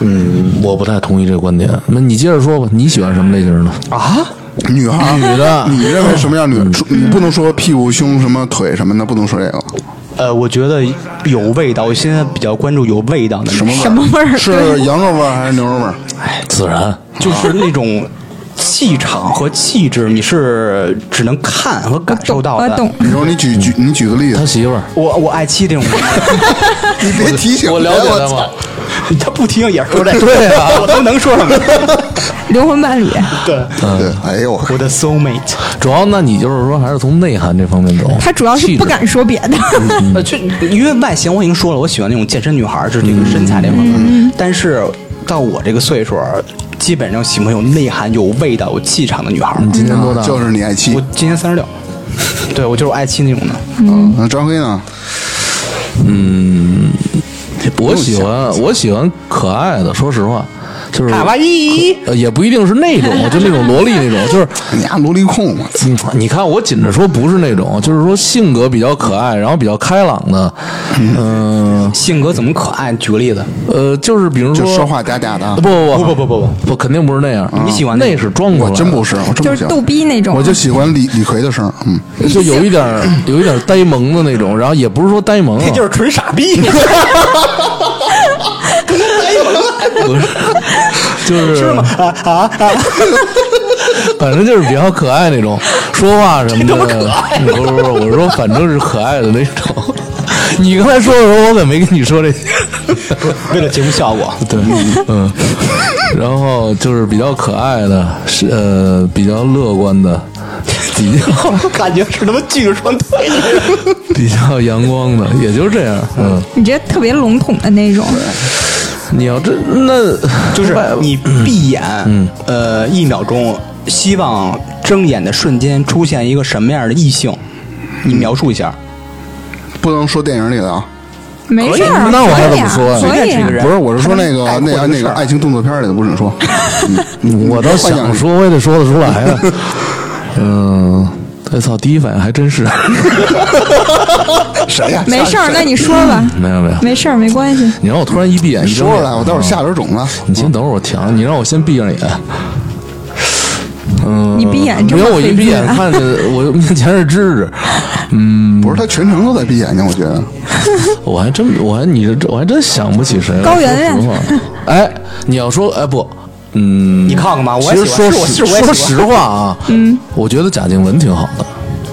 A: 嗯，我不太同意这个观点。那你接着说吧，你喜欢什么类型的？
B: 啊，
C: 女孩儿
A: 女的嗯
C: 你认为什么样女？你不能说屁股、胸、什么腿什么的，不能说这个。
B: 呃，我觉得有味道，我现在比较关注有味道的什
C: 味儿
D: 什么味儿？
C: 是羊肉味儿还是牛肉味儿？
B: 哎
A: 自然。
B: 就是那种气场和气质，你是只能看和感受到
D: 我
B: 的。
D: 懂。
C: 比如你举举你举个例
A: 他
C: 子，
A: 媳妇儿，
B: 我我爱妻这种，
C: 你别提醒我操
A: 吗？
B: 他不听也是说这，对啊，我都能说什么？
D: 灵魂伴侣，
B: 对，
C: 对，哎呦，
B: 我的 soul mate，
A: 主要那你就是说还是从内涵这方面走。
D: 他主要是
A: 气质嗯
D: 不敢说别的。
B: 呃，就因为外形我已经说了，我喜欢那种健身女孩儿，就是这个身材这方
D: 嗯
B: 面。但是到我这个岁数儿，基本上喜欢有内涵、有味道、有气场的女孩儿。
A: 今年多大？
C: 就是你爱妻
B: 我。今年三 十六，对我就是爱妻那种的。
C: 嗯
D: 嗯
C: 那张飞呢？
A: 我喜欢我喜欢可爱的，说实话，就是
B: 卡哇伊，
A: 呃也不一定是那种，就那种萝莉那种，就是
C: 你丫萝莉控嘛？
A: 嗯，你看，我紧着说不是那种，就是说性格比较可爱，然后比较开朗的，嗯、
B: 性格怎么可爱？举个例子，
A: 呃，就是比如
C: 就
A: 说
C: 说话嗲嗲的啊
A: 不。不
B: 不
A: 不
B: 不不不不，
A: 不，肯定不是那样。
B: 你喜欢那
A: 那是装出来
C: 我
A: 的，
C: 真不是，我真不
D: 就是
C: 行。
D: 逗逼那种。啊
C: 我就喜欢李李逵的声儿，嗯，
A: 就有一点儿有一点儿呆萌的那种，然后也不是说呆萌、啊，
B: 这 就是纯傻逼。
A: 不是，就是是吗？啊啊！反正就是比较可爱那种，说话什么的。不是不是，我说反正是可爱的那种。你刚才说的时候，我可没跟你说这些。
B: 为了节目效果，
A: 对，嗯，然后就是比较可爱的，是呃比较乐观的，比较
B: 我感觉是他妈锯着双腿。
A: 比较阳光的，也就是这样。嗯，
D: 你这特别笼统的那种，
A: 你要这那
B: 就是你闭眼，呃，一秒钟，希望睁眼的瞬间出现一个什么样的异性？你描述一下。
C: 不能说电影里的啊。
D: 没事儿啊，
A: 那我还
D: 可以
A: 怎么说呀
D: 啊？可
B: 随
D: 以
B: 便指一
D: 啊
B: 个人
C: 不是，我是说那个
B: 他能
C: 那
B: 概括
C: 个
B: 这个
C: 那
B: 事
C: 个
B: 儿
C: 爱情动作片里的不准说。嗯
A: 我倒
C: 幻想
A: 想说，我也得说得出来 啊。哎 嗯，我操，第一反应还真是。
C: 谁呀？
D: 没事儿，那
A: 嗯
D: 你说吧，
A: 没有没有，
D: 没事儿，没关系。
A: 你让我突然一闭眼，一睁
C: 说
A: 眼啊
C: 出来，我待会儿吓着肿了。
A: 你先等会儿，我调。你让我先闭上 眼。嗯，
D: 你闭眼这
A: 没
D: 么
A: 有，我一
D: 费
A: 闭
D: 劲
A: 眼
D: 啊
A: 看着 我面前是芝芝，
C: 不是，他全程都在闭眼睛，我觉得。
A: 我还真我还你这我还真想不起谁了。
D: 高圆
A: 说
D: 圆
A: 实话， 哎，你要说哎不，嗯，
B: 你看看吧，我
A: 其
B: 也
A: 实
B: 喜
A: 说
B: 欢，是我
A: 实
B: 是我也
A: 说
B: 喜
A: 实
B: 欢。
A: 话啊，嗯，我觉得贾静雯挺好的。
B: 嗯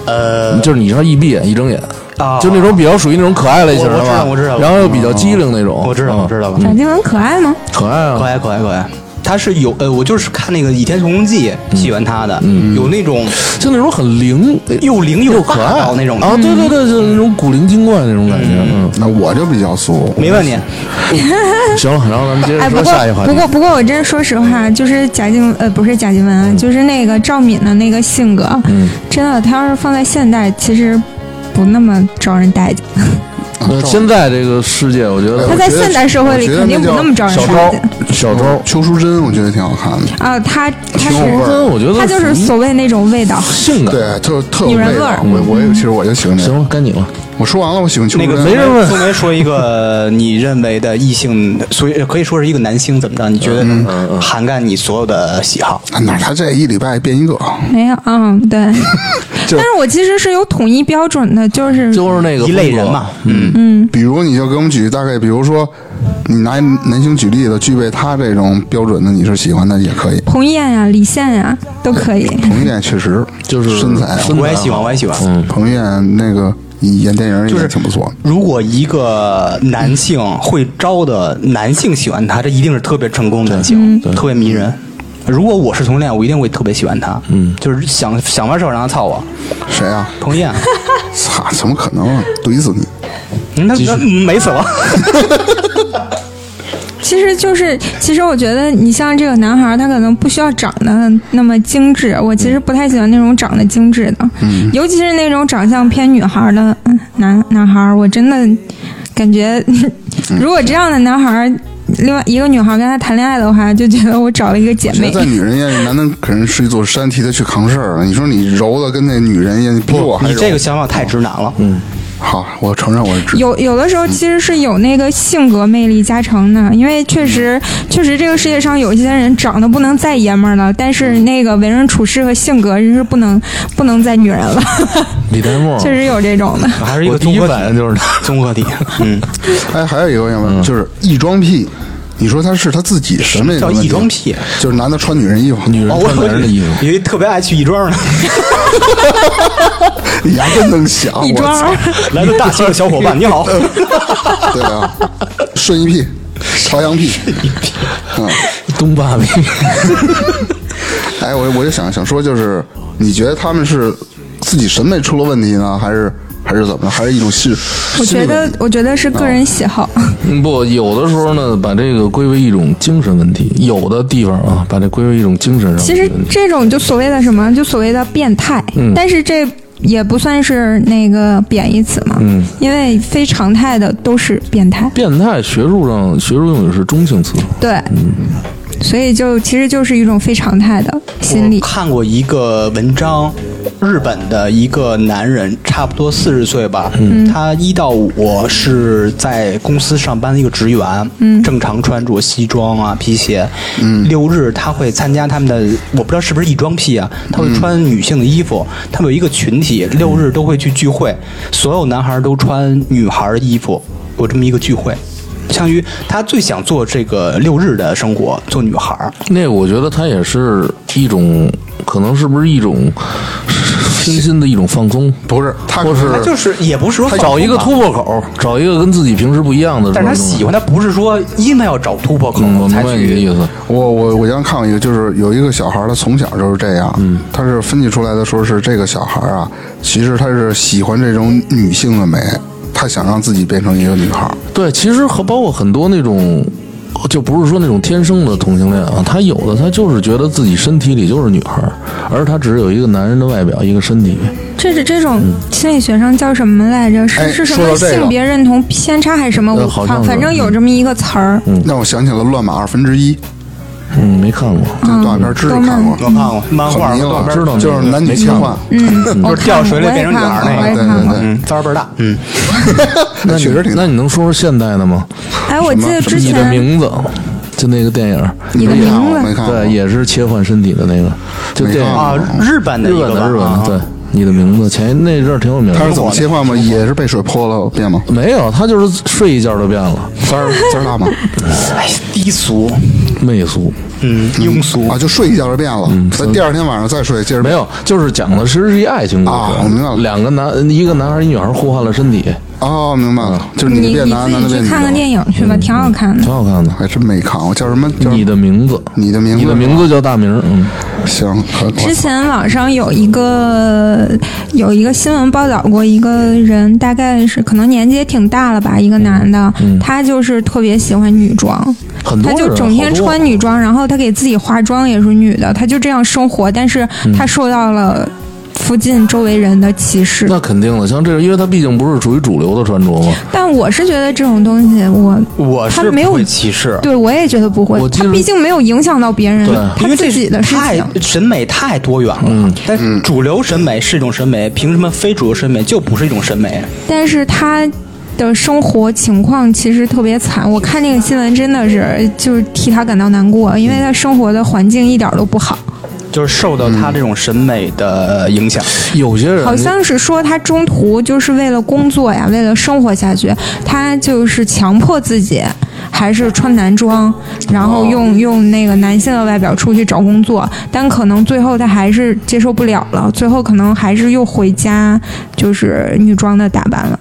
A: 呃，就是你让一闭眼一睁眼，
B: 啊
A: 就那种比较属于那种可爱类型的
B: 我我知
A: 吧
B: 道，我知道
A: 然后又比较机灵那种，
B: 我知道，
A: 嗯
B: 我知道了。
D: 贾静雯可爱吗？
A: 可爱
B: 可
A: 啊，
B: 爱可爱可爱，他是有呃，我就是看那个《倚天屠龙记》喜欢他的，有那种
A: 就那种很灵，
B: 又灵又哦
A: 可
B: 霸
A: 爱
B: 道那种。嗯
A: 啊，对对对，就是那种古灵精怪那种感觉。嗯，
C: 那我就比较俗，
B: 没问题，
A: 行了，然后咱们接
D: 哎，
A: 着说
D: 不过
A: 下一话题
D: 不。过不过，我真说实话，就是贾静呃，不是贾静雯啊，就是那个赵敏的那个性格，啊真的，她要是放在现代，其实不那么招人待见。
A: 呃现在这个世界，我觉得
C: 哎
D: 她在现代社会里肯定不那么招人
C: 小
D: 待
C: 昭
D: 见，
A: 小周
C: 邱淑贞我觉得挺好看的，
D: 啊。她她
C: 挺有味
D: 是
C: 儿。
A: 我觉得
D: 她就是所谓那种味道，
A: 性感。
C: 对，就特
D: 女
C: 有
D: 人
C: 味
D: 味
C: 道
D: 儿。嗯
C: 我我也其实我就喜欢这
A: 嗯行
C: 个。
A: 了，该你了。
C: 我说完了，我喜欢邱淑
B: 那个
C: 贞。
A: 没人问
B: 宋梅说一个你认为的异性， 所以可以说是一个男星，怎么着？你觉
A: 嗯
B: 得涵盖你所有的喜好？
C: 啊哪儿他这一礼拜变一个，啊
D: 没有，嗯，对。
C: 就
D: 但是我其实是有统一标准的，就是
A: 就是那个
B: 一类人嘛，嗯，
C: 比如你就给我们举大概，比如说你拿男星举例子，具备他这种标准的，你是喜欢的也可以。
D: 彭于晏呀、李现呀都可以。
C: 彭于晏确实
A: 就是
C: 身材啊，
A: 身
B: 我也喜欢，我也喜欢。
A: 嗯
C: 彭于晏那个演电影
B: 就是
C: 也挺不错。
B: 如果一个男性会招的男性喜欢他，这一定是特别成功的男性，
A: 嗯
B: 特别迷人。如果我是同性恋，我一定会特别喜欢他。嗯，就是想想方设法让他操我。
C: 谁啊？
B: 彭于晏，
C: 操，怎么可能啊？怼死你！
B: 嗯那那美死我。
D: 其实就是，其实我觉得你像这个男孩儿，他可能不需要长得那么精致。我其实不太喜欢那种长得精致的，尤其是那种长相偏女孩儿的嗯男男孩儿，我真的感觉， 如果这样的男孩儿，另外一个女孩儿跟他谈恋爱的话，就觉得我找了一个姐
C: 觉得
D: 妹。
C: 在女人眼里，男的可能是一座山，替他去扛事儿啊了。你说你柔的跟那女人一样，你比我还
B: 你
C: 柔。
B: 这个想法太直男了。嗯，
C: 好，我承认我是直。
D: 有有的时候其实是有那个性格魅力加成的，因为确实确实这个世界上有一些人长得不能再爷们儿了，但是那个为人处事和性格真是不能不能再女人了。
A: 李代
C: 哦
A: 沫，
D: 确实有这种的。
B: 还是一
A: 我
B: 个
A: 第
B: 综
A: 一
B: 合
A: 反应
B: 体，
A: 就是他。
B: 综合体。嗯，
C: 哎，还有一个问题，就是异装癖。你说他是他自己审美的
B: 叫
C: 问题
B: 异装癖
C: 就是男的穿女人衣服，女
A: 人
B: 哦，我
A: 穿男人的衣服
B: 以为特别爱去亦庄呢，
C: 你还真能想，
D: 一
C: 我
D: 装
C: 操，
B: 来自大庆的小伙伴，你好。
C: 对啊，顺义 屁，朝阳屁，嗯，
A: 东巴比，
C: 哎，我我就想想说，就是你觉得他们是自己审美出了问题呢，还是还是怎么着？还是一种心？
D: 我觉
C: 心
D: 得
C: 理问题，
D: 我觉得是个人喜好。
A: 嗯 不，有的时候呢，把这个归为一种精神问题；有的地方啊，把这归为一种精神上
D: 其
A: 的
D: 实
A: 问题。
D: 这种就所谓的什么，就所谓的变态，
C: 嗯
D: 但是这也不算是那个贬义词嘛，
C: 嗯
D: 因为非常态的都是变态，
A: 变态学术上学术用语是中性词，
D: 对，
C: 嗯
D: 所以就其实就是一种非常态的心理
B: 我。看过一个文章，日本的一个男人，差不多四十岁吧，他一到五是在公司上班的一个职员，正常穿着西装啊、皮鞋。六日他会参加他们的，我不知道是不是异装癖啊，他会穿女性的衣服。他们有一个群体，六日都会去聚会，所有男孩都穿女孩的衣服，有这么一个聚会。相当于他最想做这个六日的生活，做女孩儿。
A: 那我觉得它也是一种，可能是不是一种身心的一种放松？
C: 不是，他
A: 或
C: 是
A: 是
B: 他就是也不是说
A: 找一个
B: 突。
A: 突破口，找一个跟自己平时不一样的。
B: 但是他喜欢，他不是说因为要找突破口
A: 嗯，我明
B: 才
A: 白你的意
B: 去。
A: 思。
C: 我我我原看过一个，就是有一个小孩儿，他从小就是这样，他是分析出来的，说是这个小孩儿啊，其实他是喜欢这种女性的美，他想让自己变成一个女孩儿。
A: 对，其实和包括很多那种，就不是说那种天生的同性恋啊，他有的他就是觉得自己身体里就是女孩儿，而他只有一个男人的外表，一个身体。
D: 这是这种心理学上叫什么来着？
C: 嗯哎
D: 是是什
C: 说
D: 么
C: 到这个
D: 性别认同偏差还是什么？
A: 呃
D: 我
A: 好像是
D: 反
C: 嗯
D: 反正有这么一个词儿。
C: 让我想起了乱码二分之一，
A: 嗯，没看过。
C: 这动画片知识看过，
B: 我看过漫画
C: 很迷
B: 动画
C: 了，
B: 片
A: 知道
C: 就是男女切换，
D: 嗯，我
B: 就是掉
D: 看
B: 水里
D: 过我
B: 变
D: 也
B: 成
D: 看
B: 鸟儿那个
D: 过我也
C: 对
D: 看
C: 对
D: 过。
C: 对，
B: 嗯，字儿倍儿大，嗯，
A: 那
C: 哎确实
A: 你
C: 挺
A: 那你能说说现代的吗？
D: 哎，我记得之
A: 你的
D: 前
A: 名字，就那个电影，
D: 你的
C: 没看过，
D: 名
C: 没
D: 字
C: 看过，
A: 对，也是切换身体的那个，就
C: 啊没
A: 电影
C: 看过
B: 啊，日本的
A: 日
B: 一
A: 本
B: 个吧，
A: 的日本
B: 啊
A: 的，对，你的名字前那阵儿挺有名
C: 他是
A: 的。
C: 怎么切换吗？也是被水泼了变吗？
A: 没有，他就是睡一觉就变了，
C: 滋儿滋儿大吗？
B: 哎，低俗，
A: 媚俗。
B: 嗯，庸俗
C: 啊，，就睡一觉就变了，他第二天晚上再睡，接着
A: 没有，就是讲的是是一爱情故
C: 啊
A: 事。
C: 我明白了
A: 两个男，一个男孩一女孩互换了身体，
C: 哦，明白了，就是
D: 你
C: 你
D: 你
C: 变男，男的
D: 自己
C: 变
D: 去
C: 女
D: 看个
C: 的，
D: 电影去吧，挺好看的
A: 挺。好看的。
C: 还真没看过，叫什么？叫什么
A: 你的名字，
C: 你的名字
A: 你的名字叫大名，嗯，
C: 行，可
D: 之前网上有一个有一个新闻报道过，一个人大概是可能年纪也挺大了吧，一个男的，他就是特别喜欢女装，
A: 嗯很多
D: 他
A: 人
D: 就整天
A: 好多啊
D: 穿女装，然后他给自己化妆也是女的，他就这样生活，但是
A: 嗯
D: 他受到了附近周围人的歧视。
A: 那肯定的，像这个，因为它毕竟不是属于主流的穿着嘛。
D: 但我是觉得这种东西，我
B: 我
D: 他
B: 是
D: 没
B: 不
D: 有
B: 会歧视，
D: 对我也觉得不会
A: 我，记
D: 他
A: 得
D: 毕竟没有影响到别人
A: 对，
D: 他
B: 因为这
D: 自己的事
B: 太
D: 情。
B: 审美太多元了，但是主流审美是一种审美，凭什么非主流审美就不是一种审美？
D: 但是他的生活情况其实特别惨。我看那个新闻真的是就是替他感到难过，因为他生活的环境一点都不好，
B: 就是受到他这种审美的影响，
A: 有些人
D: 好像是说他中途就是为了工作呀，为了生活下去，他就是强迫自己。还是穿男装，然后用用那个男性的外表出去找工作，但可能最后他还是接受不了了，最后可能还是又回家就是女装的打扮了。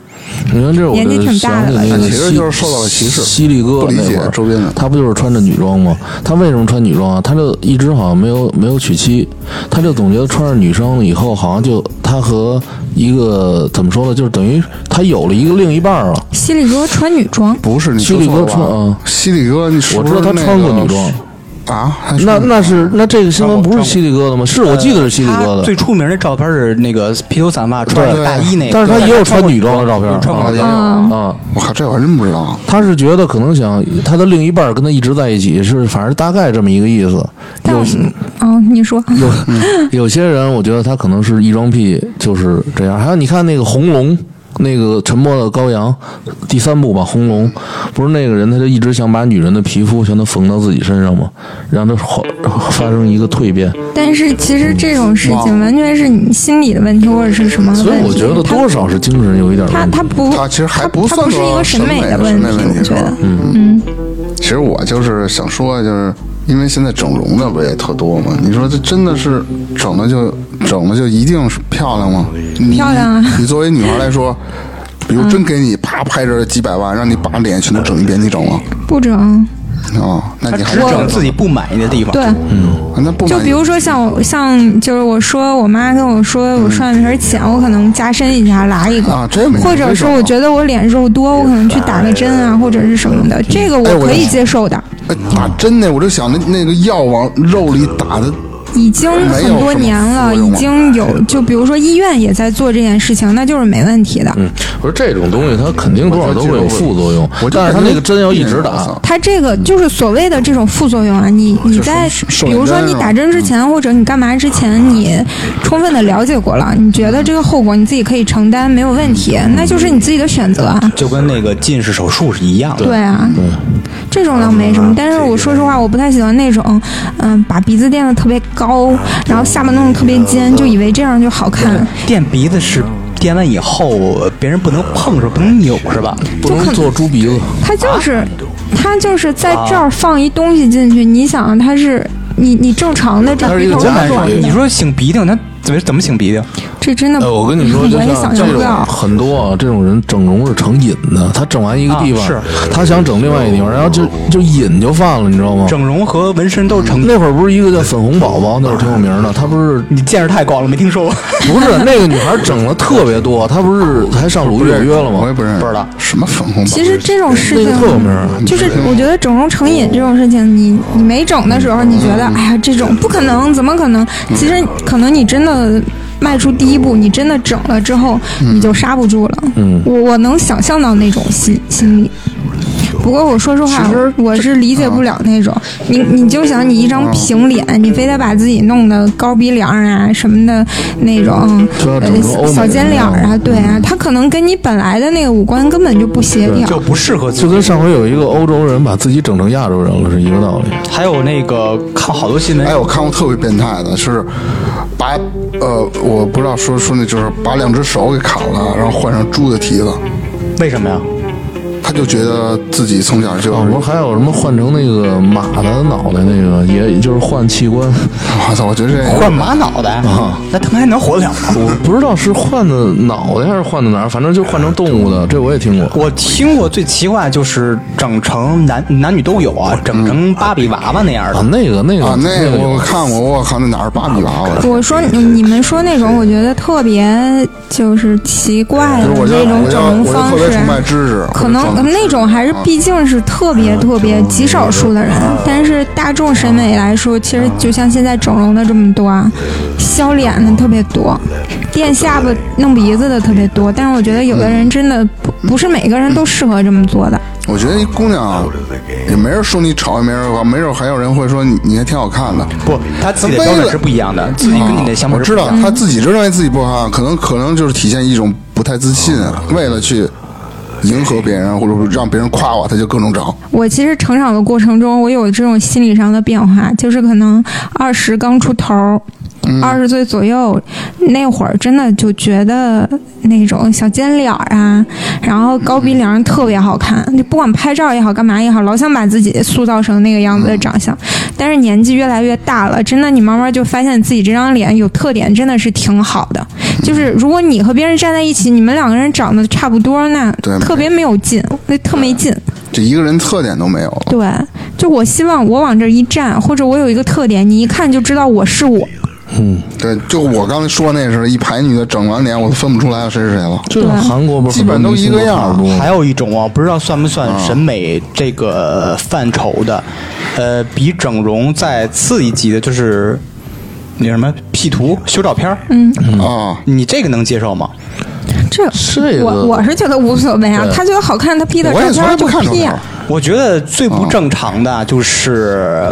A: 你看这，我
D: 年纪
A: 就
D: 挺大
A: 想起
D: 的了
A: 那个
C: 其实
A: 犀
C: 就是受到了歧视
A: 犀利哥
C: 不理
A: 那
C: 解
A: 会儿
C: 周边人
A: 他不就是穿着女装吗？他为什么穿女装啊？他就一直好像没有没有娶妻，他就总觉得穿上女装以后，好像就他和一个怎么说呢，就是等于他有了一个另一半了。
D: 犀利哥穿女装，
C: 不是你
A: 犀
C: 说
A: 利
C: 错
A: 哥
C: 了
A: 穿
C: 吧
A: 啊？
C: 犀利哥，你是
A: 我
C: 不
A: 知道
C: 是
A: 他
C: 那
A: 穿过
C: 个
A: 女装
C: 啊？还是
A: 那那是那这个新闻不是犀利哥的吗？是我记得是犀利哥
B: 他
A: 的，
B: 最出名的照片是那个披头散发穿着
C: 对
B: 大衣那个，
A: 呃但是他也有穿女装的照片
B: 穿过
A: 啊
B: 也有。
D: 嗯
A: 啊。
C: 哎我靠，这我还真不知道。
A: 他是觉得可能想他的另一半跟他一直在一起，是反正大概这么一个意思。
D: 但我哦，你说
A: 嗯有
C: 嗯
A: 有些人，我觉得他可能是异装癖，就是这样。还有你看那个红龙，那个《沉默的羔羊》第三部吧，红龙不是那个人，他就一直想把女人的皮肤全都缝到自己身上嘛，让她好发生一个蜕变。
D: 但是其实这种事情完全是你心理的问题，或者是什么问题？
A: 所以我觉得
D: 他
A: 多少是精神有一点
D: 他
A: 问题
D: 他不，
C: 他其实还
D: 他
C: 不
D: 他
C: 算
D: 不是一
C: 说
D: 个
C: 审美
D: 美的
C: 的审
D: 问
C: 美问题啊
D: 我
C: 是
D: 觉
C: 吧
D: 得
A: 嗯
C: 其实我就是想说，就是因为现在整容的不也特多吗？你说这真的是整的就整的就一定是漂亮吗？你
D: 漂亮啊嗯
C: 你作为女孩来说，比如真给你啪拍着几百万，让你把脸全都整一遍，你整吗？
D: 不整。
C: 啊，那
B: 他
C: 你还
B: 只
C: 是
B: 整
C: 整
B: 自己不满意的地方，
D: 对，
A: 嗯
C: 那不
D: 就
C: 满
D: 比
C: 意
D: 如说像我像就是我说我妈跟我说我涮皮儿浅，我可能加深一下拉一个，
C: 啊，这没
D: 或者是我觉得我脸肉多，我可能去打个针啊，或者是什么的，这个
C: 哎
D: 我
C: 我
D: 可以
C: 也
D: 接受的。
C: 哎打针呢，我就想那那个药往肉里打的，
D: 已经很多年了，
C: 没有什么
D: 已
C: 作
D: 经有，就比如说医院也在做这件事情，那就是没问题的。
A: 嗯，不是这种东西，它肯定多少都会有副作用
C: 我，就
A: 但是他
C: 感觉
A: 那个针要一直
C: 我
A: 打
C: 操。
D: 它这个就是所谓的这种副作用啊，你你
C: 就
D: 在
C: 是瘦瘦
D: 比如说
C: 脸
D: 你
C: 针
D: 打
C: 是吧
D: 针之前或者你干嘛之前，你充分的了解过了，你觉得这个后果你自己可以承担，没有问题，那就是你自己的选择啊。
B: 就跟那个近视手术是一样的。
D: 对啊，这种倒没什么，但是我说实话，我不太喜欢那种，嗯、把鼻子垫的特别高，然后下巴弄得特别尖，就以为这样就好看。
B: 垫鼻子是垫完以后别人不能碰是吧不能扭是吧？
A: 不能做猪鼻子，
D: 它就是，它就是在这儿放一东西进去，你想它是你你正常的这
A: 它是一
D: 鼻
A: 个
D: 头
A: 假
D: 是
A: 体
D: 短的，
B: 哎你说擤鼻涕，那怎么怎么擤鼻涕？啊
D: 这真的，
A: 哎，我跟你 说，就
D: 我也
A: 像这
D: 想象不
A: 种
D: 到。
A: 很多啊，这种人整容是成瘾的，他整完一个地方，
B: 啊是
A: 他想整另外一个地方，然后就就瘾就犯了，你知道吗？
B: 整容和纹身都是成。
A: 那会儿不是一个叫粉红宝宝，那会儿挺有名的，她不是
B: 你见识太广了，没听说过。
A: 不是那个女孩整了特别多，她不是还上鲁豫有约了
C: 我也
A: 吗？
C: 不认识，
B: 不知道
C: 什么粉红宝。
D: 其实这种事
A: 那个特有名
D: 情，
A: 儿，
D: 就是我觉得整容成瘾这种事情，你你没整的时候，你觉得哎呀这种不可能，怎么可能？其实可能你真的。迈出第一步，你真的整了之
A: 嗯
D: 后，你就刹不住了。嗯，我我能想象到那种心心理，不不过我说实话，我我是理解不了那种，
A: 啊
D: 你你就想你一张平脸，你非得把自己弄得高鼻梁啊什么的那种，
A: 说到整
D: 呃
A: 个欧美
D: 小小尖脸儿啊，对啊，他可能跟你本来的那个五官根本就不协
B: 就
D: 调。
B: 不适合自
A: 就
B: 己。
A: 跟上回有一个欧洲人把自己整成亚洲人了是一个道理。
B: 还有那个看好多新闻，
C: 哎，我看过特别变态的，是把呃，我不知道说说那就是把两只手给砍了，然后换上猪的蹄子，
B: 为什么呀？
C: 他就觉得自己从小就
B: 嗯
A: 啊我们还有什么换成那个马的脑袋那个，也也就是换器官，
C: 我操，我觉得这
B: 换马脑袋啊，那他妈还能活得了吗？
A: 我不知道是换的脑袋还是换的哪儿，反正就换成动物的，这我也听过。
B: 我听过最奇怪就是整成男男女都有啊，整成芭比娃娃那样
A: 啊
B: 的，，
A: 那个那个
C: 啊，那
A: 个
C: 个
A: 有
C: 我看过，我靠，那哪是芭比娃娃？
D: 我说你你们说那种，我觉得特别就是奇怪
C: 就
D: 的
C: 是我就
D: 那种
C: 我就
D: 整容
C: 我就
D: 方
C: 特别
D: 式
C: 崇
D: 啊。
C: 拜知识，
D: 可能那种还
C: 啊
D: 是毕竟是特别
C: 嗯
D: 特别极少数的人，但是大众审美来说，其实就像现在整容的这么多，啊，削脸的特别多，垫下巴、弄鼻子的特别多。但是我觉得有的人真的不不是每个人都适合这么做的。
C: 我觉得一姑娘也没人说你丑，也没人说，没准还有人会说你你还挺好看的。
B: 不，他自己的标准是不一样
A: 啊
B: 的，自己跟你的想法
C: 我
B: 是
C: 知
B: 不一
C: 道
B: 样的
C: 她自己认为自己不好看，可能可能就是体现一种不太自信，啊为了去迎合别人或者让别人夸我，她就各种整。
D: 我其实成长的过程中，我有这种心理上的变化，就是可能二十刚出头，二十、岁左右那会儿，真的就觉得那种小尖脸儿啊，然后高鼻梁特别好看，你不管拍照也好，干嘛也好，老想把自己塑造成那个样子的长相。但是年纪越来越大了，真的你慢慢就发现自己这张脸有特点，真的是挺好的。就是如果你和别人站在一起，你们两个人长得差不多，那
C: 对
D: 特别没有劲，那特没劲。
C: 这一个人特点都没有了，
D: 对，就我希望我往这一站，或者我有一个特点，你一看就知道我是我。
C: 对，就我刚才说那是一排女的整完脸，我都分不出来谁是谁了。
A: 这
D: 啊
A: 个韩国不是
C: 基本都一个样儿
A: 很多明星都差不多吗
B: 还有一种啊，不知道算不算审美这个范畴的，呃，比整容再次一级的，就是那什么 P 图修照片儿
C: 啊，
B: 你这个能接受吗？
D: 这
A: 这个
D: 我我是觉得无所谓啊，
A: 对
D: 他觉得好看，他 P 的
C: 我也从来
D: 照片
C: 不
D: 就
C: 看照
D: P
C: 片
D: 呀、
C: 儿。
B: 我觉得最不正常的就是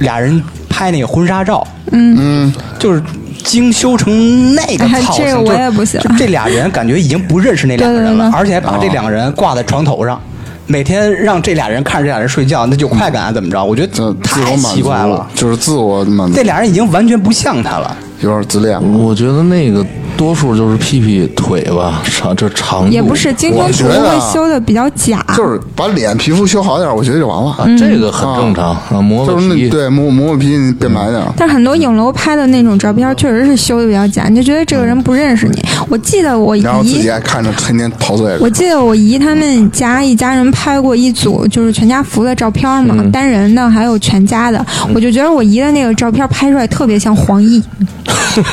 B: 俩人拍那个婚纱照，嗯就是精修成那个
D: 哎
B: 造型，
D: 这个我也不行
B: 就就这俩人感觉已经不认识那两个人了，
D: 对对对
B: 而且还把这两个人挂在床头上。每天让这俩人看着这俩人睡觉，那就快感啊怎么着？我觉
C: 这
B: 得
C: 呃自我
B: 太
C: 满
B: 奇
C: 足
B: 怪了，
C: 就是自我满足
B: 这，俩人已经完全不像他了。
C: 有点自恋了。
D: 嗯
A: 我觉得那个多数就是屁屁腿吧，长这长度
D: 也不是精修
C: 我
D: 图
C: 觉得啊
D: 会修的比较假，
C: 就是把脸皮肤修好点儿，我觉得就完
A: 啊
D: 嗯
C: 了。，
A: 这个很正常啊，磨
C: 就
A: 磨
C: 是那
A: 皮。
C: 对磨磨磨皮你变白点儿，
D: 但很多影楼拍的那种照片确实是修的比较假，你就觉得这个人不认识你。我记得我
C: 然后自
D: 姨
C: 己还看着天天陶醉
D: 我
C: 着。
D: 记得我姨他们家一家人拍过一组，就是全家福的照片嘛，
C: 嗯
D: 单人的还有全家的。我就觉得我姨的那个照片拍出来特别像 黄奕，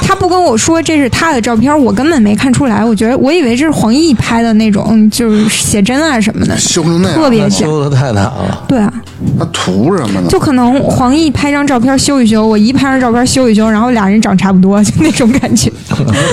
D: 她不跟我说这是她的照片，我根本没看出来。我觉得我以为这是黄奕拍的那种，就是写真啊什么的，
C: 修成那样，
D: 特别像。
A: 修的太惨 了，
D: 对啊，
C: 那图什么呢？
D: 就可能黄奕拍张照片修一修，我姨拍张照片修一修，然后俩人长差不多，就那种感觉。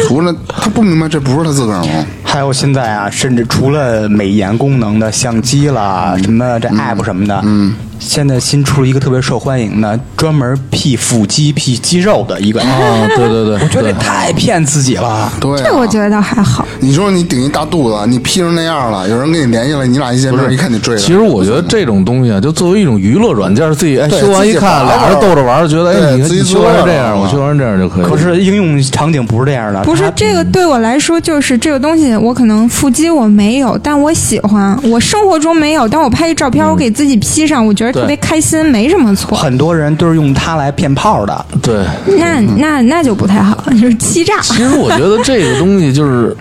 C: 图呢？他不明白这不是他自个儿吗？
B: 还有现在啊，甚至除了美颜功能的相机啦，什么这 app 什么的，嗯，现在新出了一个特别受欢迎的，专门 P 腹肌、P 肌肉的一个 app，
A: 啊，对对 对，
B: 我觉得
A: 对
B: 这太骗自己了。
C: 对、啊，
D: 这我觉得倒还好。
C: 你说你顶一大肚子，你 P 成那样了，有人跟你联系了，你俩一见面一看你坠了。
A: 其实我觉得这种东西啊，就作为一种娱乐软件，自己哎
C: 对
A: 修完一
C: 自己
A: 看，
C: 玩玩
A: 俩人逗着玩儿，觉得
C: 对
A: 哎，你
C: 自己
A: 你修完
C: 乐
A: 这
C: 了
A: 样，我修完这样就可以了。
B: 可是应用场景不是这样的，
D: 不是
B: 它
D: 这个对我来说，就是这个东西，我可能腹肌我没有，但我喜欢。我生活中没有，但我拍一照片，我给自己 P 上，我觉得特别开心，没什么错。
B: 很多人都是用它来骗炮的。
A: 对，
D: 那那那就不太好，就是欺诈，
A: 其实我觉得这个东西就是。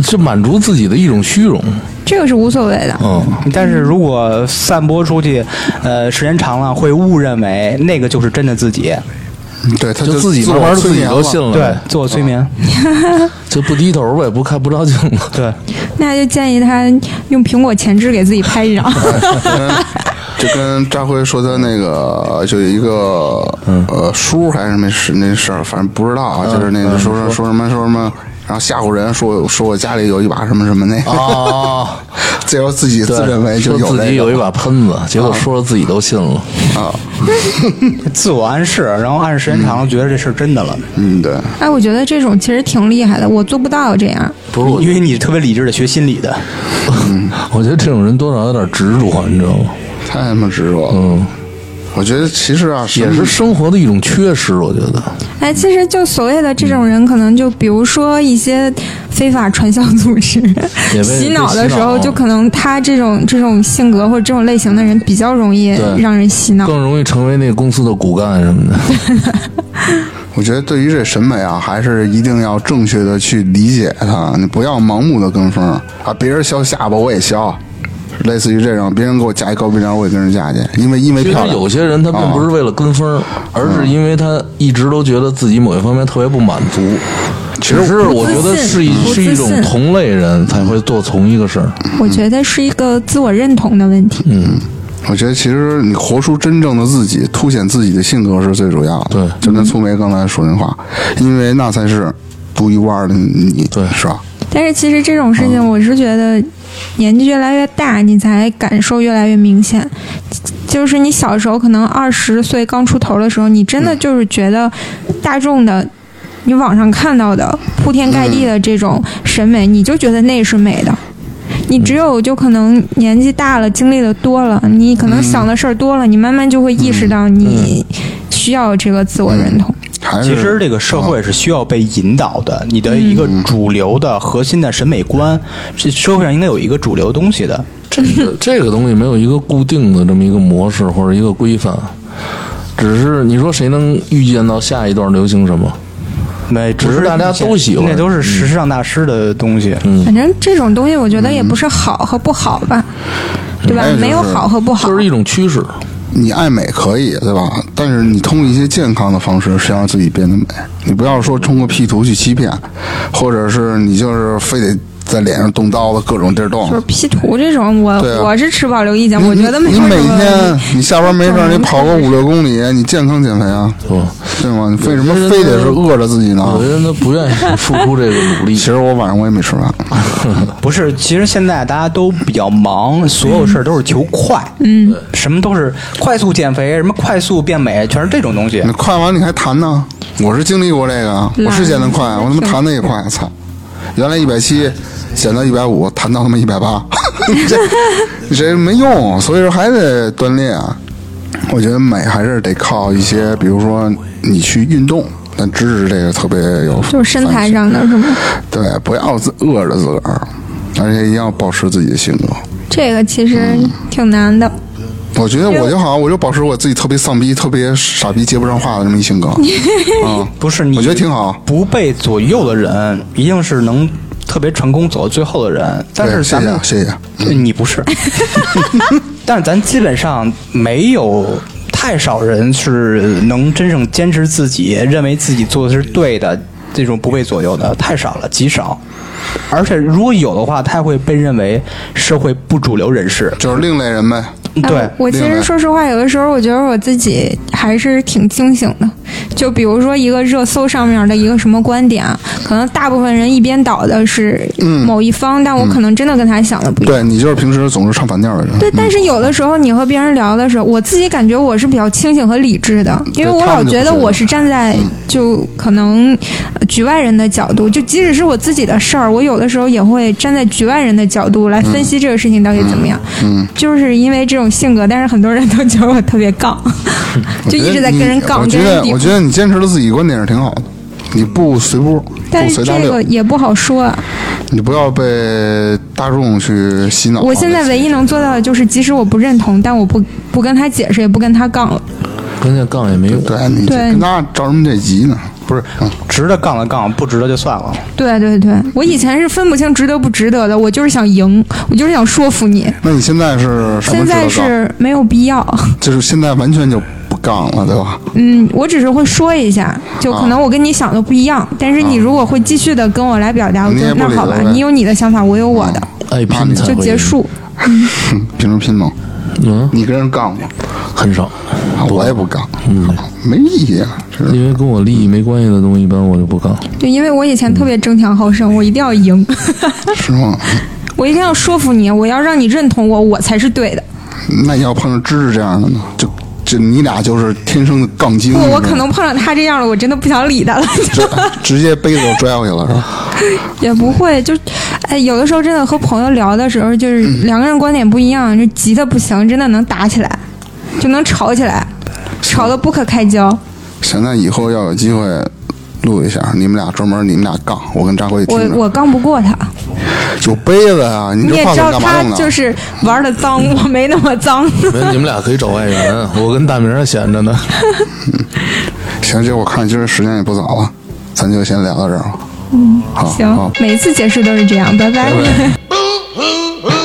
A: 是满足自己的一种虚荣，
D: 这个是无所谓的。
A: 嗯，
B: 但是如果散播出去，呃，时间长了会误认为那个就是真的自己，
C: 对，他
A: 就自己慢
C: 我
A: 慢
C: 催
A: 自己
C: 眠
A: 都
C: 了
A: 信了，
B: 对，自我催眠，
A: 就不低头呗，不看不照镜 子，
B: 对。
D: 那就建议他用苹果前置给自己拍一张。
C: 就跟张辉说他那个就有一个
A: 嗯
C: 呃叔还是没事那事儿，反正不知道啊，就是那
A: 嗯
C: 个说说 说什么说什么，然后吓唬人说说我家里有一把什么什么那个，
A: 啊，
C: 结果自己自认为就
A: 说
C: 有
A: 自己
C: 这
A: 有一
C: 个
A: 把喷子，结果说了自己都信了。
C: 啊，
B: 自我暗示，然后暗示时间长了，觉得这事儿真的了，
C: 嗯，对，
D: 哎，我觉得这种其实挺厉害的，我做不到这样。
A: 不是我，
B: 因为你特别理智的学心理的，
A: 我觉得这种人多少有点执着，你知道吗？
C: 太他妈执着了。
A: 嗯，
C: 我觉得其实啊，
A: 也是
C: 什么
A: 生活的一种缺失，我觉得。
D: 哎，其实就所谓的这种人，可能就比如说一些非法传销组织
A: 被
D: 洗脑的
A: 被洗
D: 时
A: 脑
D: 候，就可能他这种这种性格或者这种类型的人比较容易
A: 对
D: 让人洗脑。
A: 更容易成为那个公司的骨干什么的。
C: 我觉得对于这审美啊，还是一定要正确的去理解它，你不要盲目的跟风啊！别人削下巴我也削，类似于这种，别人给我夹一高鼻梁我也跟着夹去，因为因为啊
A: 其实
C: 漂亮。
A: 有些人他并不是为了跟风，而是因为他一直都觉得自己某一方面特别不满足。其实是我觉得是一
D: 不自
A: 是
D: 信
A: 一
D: 不自
A: 种
D: 信
A: 同类人才会做同一个事儿。
D: 我觉得是一个自我认同的问题。
C: 我觉得其实你活出真正的自己，凸显自己的性格是最主要的。
A: 对
C: 就跟粗梅刚才说那话，因为那才是独一无二的你，
A: 对
C: 是吧？
D: 但是其实这种事情，我是觉得年纪越来越大，你才感受越来越明显。就是你小时候可能二十岁刚出头的时候，你真的就是觉得大众的。你网上看到的铺天盖地的这种审美，你就觉得那是美的。你只有就可能年纪大了，经历的多了，你可能想的事儿多了，你慢慢就会意识到你需要这个自我认同。
C: 还是
B: 其实这个社会是需要被引导的，你的一个主流的核心的审美观，这社会上应该有一个主流东西的。
A: 这个呃这个东西没有一个固定的这么一个模式或者一个规范，只是你说谁能预见到下一段流行什么？
B: 那只
A: 不是大家都喜欢
B: 那都是时尚大师的东西。
C: 嗯
D: 反正这种东西，我觉得也不是好和不好吧，对吧
C: 哎就？是
D: 没有好和不好
A: 就，是一种趋势。
C: 你爱美可以，对吧？但是你通过一些健康的方式，是让自己变得美。你不要说通过 P 图去欺骗，或者是你就是非得在脸上动刀子，各种地儿动
D: 就是。P 图这种，我
C: 对啊
D: 我是持保留意见，
C: 你
D: 我觉得没
C: 你
D: 有
C: 你每
D: 什么问
C: 天
D: 题。
C: 你下班没事儿，你跑个五六公里，你健康减肥啊，对吗？你为什么非得是饿着自己呢
A: 有？些人他不愿意付出这个努力。
C: 其实我晚上我也没吃饭，
B: 不是，其实现在大家都比较忙，所有事儿都是求快，嗯，什么都是快速减肥，什么快速变美，全是这种东西
C: 你。快完你还弹呢？我是经历过这个，
D: 嗯
C: 我是减得快，我他妈弹的也 快，操！原来一百七，减到一百五，弹到他妈一百八， 这这没用，所以说还得锻炼。啊我觉得美还是得靠一些，比如说你去运动，但知识这个特别有，
D: 就是身材上的是吗？
C: 对，不要自饿着自个儿，而且一定要保持自己的性格。
D: 这个其实挺难的。
C: 我觉得我就好，我就保持我自己特别丧逼、特别傻逼、接不上话的这么一 性格，啊，
B: 不是你，
C: 我觉得挺好。
B: 不被左右的人，一定是能特别成功走到最后的人。但是
C: 对谢
B: 咱
C: 谢
B: 们
C: 啊谢谢啊，
B: 嗯你不是，但是咱基本上没有太少人是能真正坚持自己，认为自己做的是对的，这种不被左右的太少了，极少。而且如果有的话，他会被认为社会不主流人士。
C: 就是另类人呗。
B: 对
D: 哎，我其
C: 另
D: 实
C: 类
D: 说实话，有的时候我觉得我自己还是挺清醒的。就比如说一个热搜上面的一个什么观点，啊可能大部分人一边倒的是
C: 嗯
D: 某一方，但我可能真的跟他想的不一样。
C: 对你就是平时总是唱反调的人，
D: 对，但是有的时候你和别人聊的时候，我自己感觉我是比较清醒和理智的，因为
C: 嗯对
D: 我
C: 他
D: 老
C: 们就
D: 觉
C: 不
D: 得
C: 是嗯
D: 我是站在就可能呃局外人的角度，就即使是我自己的事儿，我有的时候也会站在局外人的角度来
C: 嗯
D: 分析这个事情到底怎么样。嗯，就是因为这种性格，但是很多人都觉得我特别 杠，就一直在跟人杠，
C: 我
D: 跟
C: 觉
D: 人
C: 得你
D: 顶
C: 我觉得我觉得你坚持了自己观点是挺好的，你不随波，
D: 但
C: 不
D: 是
C: 随大
D: 这个
C: 流，
D: 也不好说啊。
C: 你不要被大众去洗脑。
D: 我现在唯一能做到的就是，即使我不认同，但我不不跟他解释，也不跟他杠了。
A: 关键杠也没用。
C: 对你这
D: 对嗯
C: 跟他着什么这急呢？
B: 不是值得杠的杠，不值得就算了。
D: 对对对，我以前是分不清值得不值得的，我就是想赢，我就是想说服你。
C: 那你现在是什么
D: 现
C: 知道
D: 在
C: 杠？
D: 是没有必要，
C: 就是现在完全就不杠了，对吧？
D: 嗯，我只是会说一下，就可能我跟你想的不一样，但是你如果会继续的跟我来表达，我
C: 啊你
D: 觉
C: 也
D: 得
C: 不
D: 那
C: 理
D: 好吧
C: 了，呗啊
D: 你有你的想法，我有我的，
A: 爱拼才
D: 就
A: 会
D: 结束。
C: 平时拼吗？
A: 嗯，
C: 你跟人杠吗？
A: 很少，
C: 啊我也不杠，
D: 嗯
C: 没意义啊。这是
A: 因为跟我利益没关系的东西，一般我就不杠。
D: 就因为我以前特别争强好胜，我一定要赢。
C: 是吗？
D: 我一定要说服你，我要让你认同我，我才是对的。
C: 那要碰上芝芝这样的呢，就就你俩就是天生的杠精。
D: 不，我
C: 你知道
D: 可
C: 吗
D: 能碰上他这样了，我真的不想理他了。
C: 直直接杯子就摔下去了，是
D: 嗯
C: 吧？
D: 也不会，就，哎，有的时候真的和朋友聊的时候，就是
C: 嗯
D: 两个人观点不一样，就急的不行，真的能打起来，就能吵起来，吵得不可开交。
C: 现在以后要有机会录一下，你们俩专门你们俩杠，我跟扎辉听
D: 我
C: 着。
D: 我刚不过他，
C: 有杯子啊，你
D: 你
C: 这
D: 也
C: 话
D: 知
C: 筒
D: 道
C: 干嘛
D: 他
C: 用的？
D: 就是玩的脏，我没那么脏。
A: 没你们俩可以找外援，我跟大明儿闲着呢。
C: 行，这我看今儿时间也不早了，咱就先聊到这儿吧。嗯，好，好
D: 行，每次结束都是这样，拜拜
A: 拜拜
E: Boo hoo hoo.